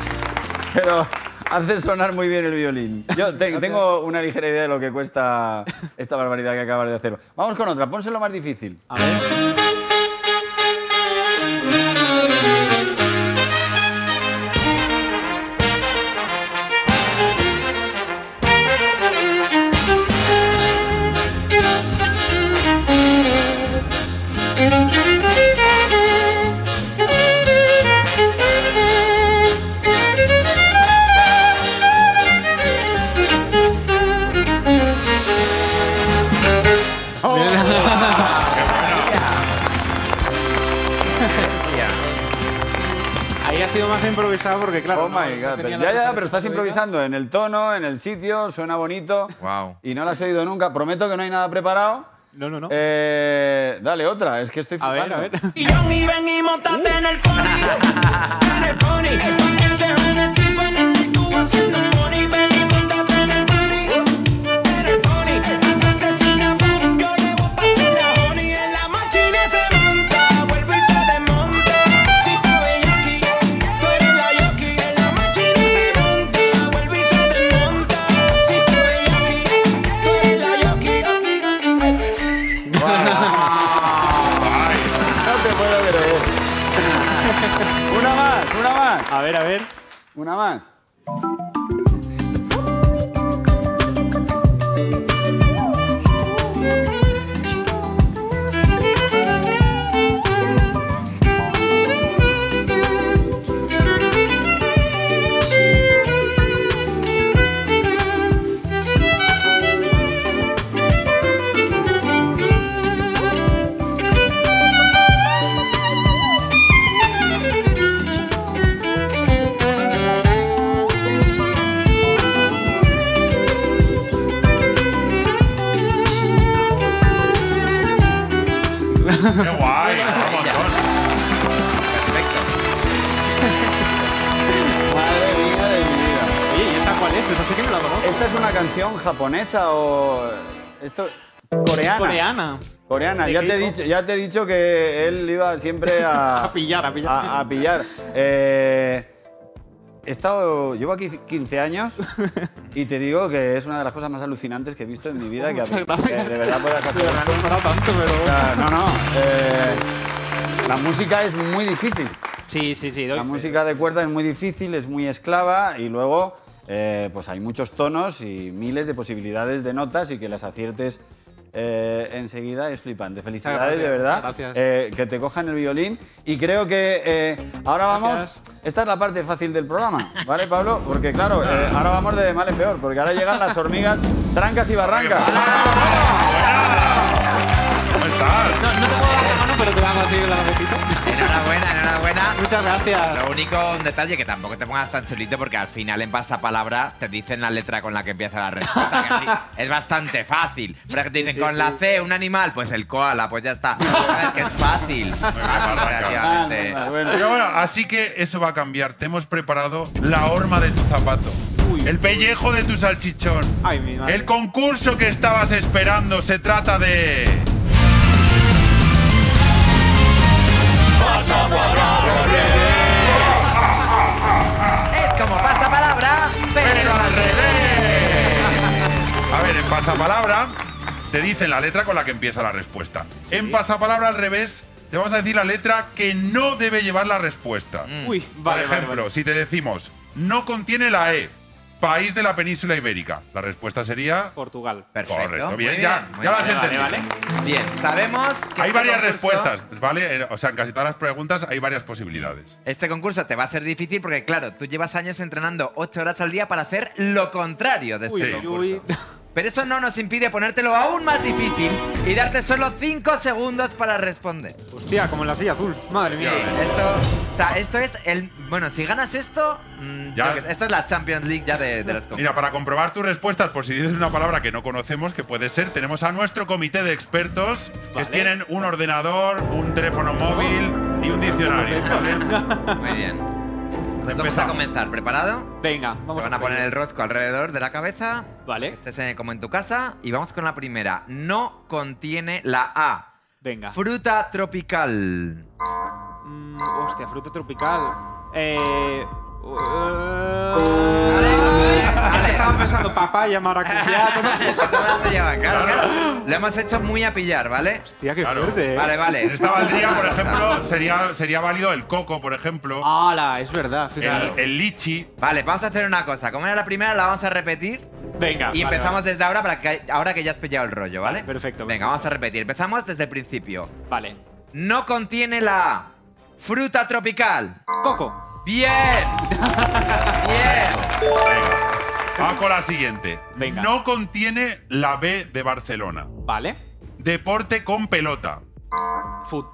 [SPEAKER 3] Pero hace sonar muy bien el violín. Yo te- tengo una ligera idea de lo que cuesta esta barbaridad que acabas de hacer. Vamos con otra, pónselo más difícil.
[SPEAKER 4] A ver. Ahí ha sido más improvisado porque, claro.
[SPEAKER 3] Oh
[SPEAKER 4] no-
[SPEAKER 3] my
[SPEAKER 4] no
[SPEAKER 3] god. pero- ya,
[SPEAKER 4] tenía la
[SPEAKER 3] ya, pero
[SPEAKER 4] referencia
[SPEAKER 3] estás improvisando en el tono, en el sitio, suena bonito.
[SPEAKER 2] Guau.
[SPEAKER 3] Y no lo has oído nunca. Prometo que no hay nada preparado.
[SPEAKER 4] No, no, no.
[SPEAKER 3] Eh, dale otra, es que estoy
[SPEAKER 4] a ver,
[SPEAKER 3] flipando.
[SPEAKER 4] a ver.
[SPEAKER 7] Y yo mi ven y montate en el pony. En el pony. Ese es un tipo en el haciendo el money, baby, montate en el money. En el money, anda asesina, boom, yo llevo pa' hacer la honey. En la máquina se monta, vuelve y se desmonta. Si te aquí, tú eres la yoki. En la máquina se monta, vuelve y se desmonta. Si te aquí, tú eres la yoki.
[SPEAKER 3] No te puedo creer. una más, una más,
[SPEAKER 4] A ver, a ver.
[SPEAKER 3] una más.
[SPEAKER 2] Qué guay, un montón.
[SPEAKER 3] Madre mía de mi vida.
[SPEAKER 4] Oye, ¿y esta cuál es? Pues así que no la conozco.
[SPEAKER 3] ¿Esta es una canción japonesa o esto coreana?
[SPEAKER 4] Coreana.
[SPEAKER 3] Coreana,
[SPEAKER 4] ¿De
[SPEAKER 3] ya
[SPEAKER 4] qué
[SPEAKER 3] te, he
[SPEAKER 4] hijo?
[SPEAKER 3] dicho, ya te he dicho que él iba siempre a,
[SPEAKER 4] A pillar, a pillar.
[SPEAKER 3] A, a pillar. Eh, he estado, llevo aquí 15 años y te digo que es una de las cosas más alucinantes que he visto en mi vida. Que,
[SPEAKER 4] Muchas
[SPEAKER 3] que
[SPEAKER 4] gracias.
[SPEAKER 3] de verdad podrás hacer.
[SPEAKER 4] De verdad, no para tanto,
[SPEAKER 3] O
[SPEAKER 4] pero...
[SPEAKER 3] sea, No, no. eh, la música es muy difícil.
[SPEAKER 4] Sí, sí, sí. doy
[SPEAKER 3] La
[SPEAKER 4] fe.
[SPEAKER 3] música de cuerda es muy difícil, es muy esclava y luego eh, pues hay muchos tonos y miles de posibilidades de notas y que las aciertes eh, enseguida es flipante. Felicidades, de
[SPEAKER 4] Gracias,
[SPEAKER 3] verdad.
[SPEAKER 4] gracias.
[SPEAKER 3] eh, que te cojan el violín y creo que eh, ahora vamos...
[SPEAKER 4] Gracias.
[SPEAKER 3] Esta es la parte fácil del programa, ¿vale, Pablo? Porque claro, eh, ahora vamos de mal en peor, porque ahora llegan las hormigas, trancas y barrancas.
[SPEAKER 2] ¿Cómo estás?
[SPEAKER 4] No, no te puedo dar la mano, pero te la hago así con la cabecita.
[SPEAKER 1] Enhorabuena, enhorabuena.
[SPEAKER 4] Muchas gracias.
[SPEAKER 1] Lo único, un detalle, que tampoco te pongas tan chulito porque al final en pasapalabra te dicen la letra con la que empieza la respuesta. que sí, es bastante fácil. Pero es que te dicen, con la C, un animal, pues el koala, pues ya está. Sabes que es fácil. Fácil,
[SPEAKER 2] arranca.
[SPEAKER 3] Ah,
[SPEAKER 1] relativamente.
[SPEAKER 3] anda, bueno.
[SPEAKER 2] Pero bueno, así que eso va a cambiar. Te hemos preparado la horma de tu zapato.
[SPEAKER 4] Uy.
[SPEAKER 2] el pellejo de tu salchichón.
[SPEAKER 4] Ay, mi madre.
[SPEAKER 2] El concurso que estabas esperando se trata de.
[SPEAKER 1] Es como pasapalabra, pero al
[SPEAKER 2] A ver, en pasapalabra te dicen la letra con la que empieza la respuesta. En pasapalabra al revés, te vamos a decir la letra que no debe llevar la respuesta.
[SPEAKER 1] Mm.
[SPEAKER 4] Uy, vale,
[SPEAKER 2] Por ejemplo,
[SPEAKER 4] vale, vale.
[SPEAKER 2] si te decimos, no contiene la E, país de la península ibérica, la respuesta sería.
[SPEAKER 4] Portugal.
[SPEAKER 1] Perfecto.
[SPEAKER 2] Correcto,
[SPEAKER 1] muy
[SPEAKER 2] bien, ya,
[SPEAKER 1] muy
[SPEAKER 2] ya lo has
[SPEAKER 1] bien.
[SPEAKER 2] entendido.
[SPEAKER 1] Bien, sabemos que.
[SPEAKER 2] Hay
[SPEAKER 1] este
[SPEAKER 2] varias
[SPEAKER 1] concurso-
[SPEAKER 2] respuestas, ¿vale? Eh, O sea, en casi todas las preguntas hay varias posibilidades.
[SPEAKER 1] Este concurso te va a ser difícil porque, claro, tú llevas años entrenando 8 horas al día para hacer lo contrario de este
[SPEAKER 2] Uy,
[SPEAKER 1] concurso.
[SPEAKER 4] uy.
[SPEAKER 1] Pero eso no nos impide ponértelo aún más difícil y darte solo 5 segundos para responder.
[SPEAKER 4] Hostia, como en la silla azul. Madre mía.
[SPEAKER 1] Esto, o sea, esto es el. Bueno, si ganas esto. mm,
[SPEAKER 2] Ya.
[SPEAKER 1] creo que- esto es la Champions League ya de, de los concursos.
[SPEAKER 2] Mira, para comprobar tus respuestas, por si dices una palabra que no conocemos, que puede ser, tenemos a nuestro comité de expertos que tienen un ordenador, un teléfono móvil y un diccionario. ¿vale?
[SPEAKER 1] Muy bien. Pues vamos a
[SPEAKER 2] Empezamos.
[SPEAKER 1] comenzar. ¿Preparado?
[SPEAKER 4] Venga, vamos
[SPEAKER 1] Te van a poner el rosco alrededor de la cabeza.
[SPEAKER 4] Vale.
[SPEAKER 1] Que estés eh, como en tu casa. Y vamos con la primera. No contiene la A.
[SPEAKER 4] Venga.
[SPEAKER 1] Fruta tropical.
[SPEAKER 4] Mm, hostia, fruta tropical. Eh.
[SPEAKER 1] vale.
[SPEAKER 4] Es que eh, estaba pensando papaya, maracuyá, todas esas-
[SPEAKER 1] Esto te lo has llevado, claro, claro. Lo hemos hecho muy a pillar, ¿vale?
[SPEAKER 4] Hostia, qué
[SPEAKER 2] Claro.
[SPEAKER 4] fuerte. eh.
[SPEAKER 1] Vale, vale.
[SPEAKER 2] En esta valdría, por ejemplo, sería, sería válido el coco, por
[SPEAKER 4] Ah.
[SPEAKER 2] ejemplo,
[SPEAKER 4] Ala, es verdad,
[SPEAKER 2] el,
[SPEAKER 4] fíjate.
[SPEAKER 2] el lichi.
[SPEAKER 1] Vale, vamos a hacer una cosa. Como era la primera, la vamos a repetir.
[SPEAKER 4] Venga.
[SPEAKER 1] Y
[SPEAKER 4] vale,
[SPEAKER 1] empezamos
[SPEAKER 4] vale.
[SPEAKER 1] desde ahora, para que, ahora que ya has pillado el rollo, ¿vale?
[SPEAKER 4] Vale, perfecto,
[SPEAKER 1] Venga,
[SPEAKER 4] perfecto.
[SPEAKER 1] vamos a repetir. Empezamos desde el principio.
[SPEAKER 4] Vale.
[SPEAKER 1] No contiene la A. Fruta tropical.
[SPEAKER 4] Coco.
[SPEAKER 1] Bien. Bien.
[SPEAKER 2] Venga, vamos con la siguiente.
[SPEAKER 4] Venga.
[SPEAKER 2] No contiene la B de Barcelona.
[SPEAKER 4] Vale.
[SPEAKER 2] Deporte con pelota.
[SPEAKER 4] Food.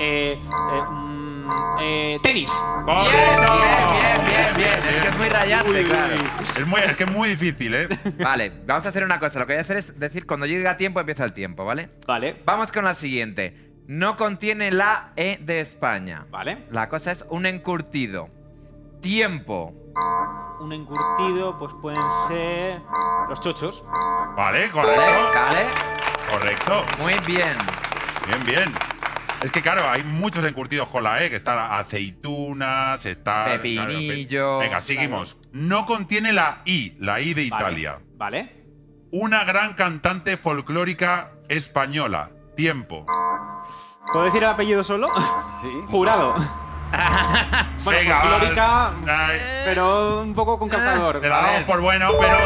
[SPEAKER 4] Eh. eh, mm, eh, tenis.
[SPEAKER 2] ¡Correcto!
[SPEAKER 1] Bien, bien, bien, bien, bien. Es que es muy rayante,
[SPEAKER 4] Uy, uy,
[SPEAKER 1] claro.
[SPEAKER 4] uy.
[SPEAKER 2] Es, muy, es que es muy difícil, ¿eh?
[SPEAKER 1] Vale, vamos a hacer una cosa. Lo que voy a hacer es decir, cuando yo diga tiempo, empieza el tiempo, ¿vale?
[SPEAKER 4] Vale.
[SPEAKER 1] Vamos con la siguiente. No contiene la E de España.
[SPEAKER 4] Vale.
[SPEAKER 1] La cosa es un encurtido. Tiempo.
[SPEAKER 4] Un encurtido, pues pueden ser los chochos.
[SPEAKER 2] Vale,
[SPEAKER 1] ¿Vale?
[SPEAKER 2] correcto.
[SPEAKER 1] ¿Vale?
[SPEAKER 2] Correcto.
[SPEAKER 1] Muy bien.
[SPEAKER 2] Bien, bien. Es que claro, hay muchos encurtidos con la E, que están aceitunas, está.
[SPEAKER 1] Pepinillo.
[SPEAKER 2] Venga, seguimos. No contiene la I, la I de Italia.
[SPEAKER 4] Vale.
[SPEAKER 2] Una gran cantante folclórica española. Tiempo.
[SPEAKER 4] ¿Puedo decir el apellido solo?
[SPEAKER 3] Sí.
[SPEAKER 4] Jurado. Bueno, pues
[SPEAKER 2] va.
[SPEAKER 4] folclórica,
[SPEAKER 2] Ay,
[SPEAKER 4] pero un poco con captador.
[SPEAKER 2] Te la damos por bueno, pero.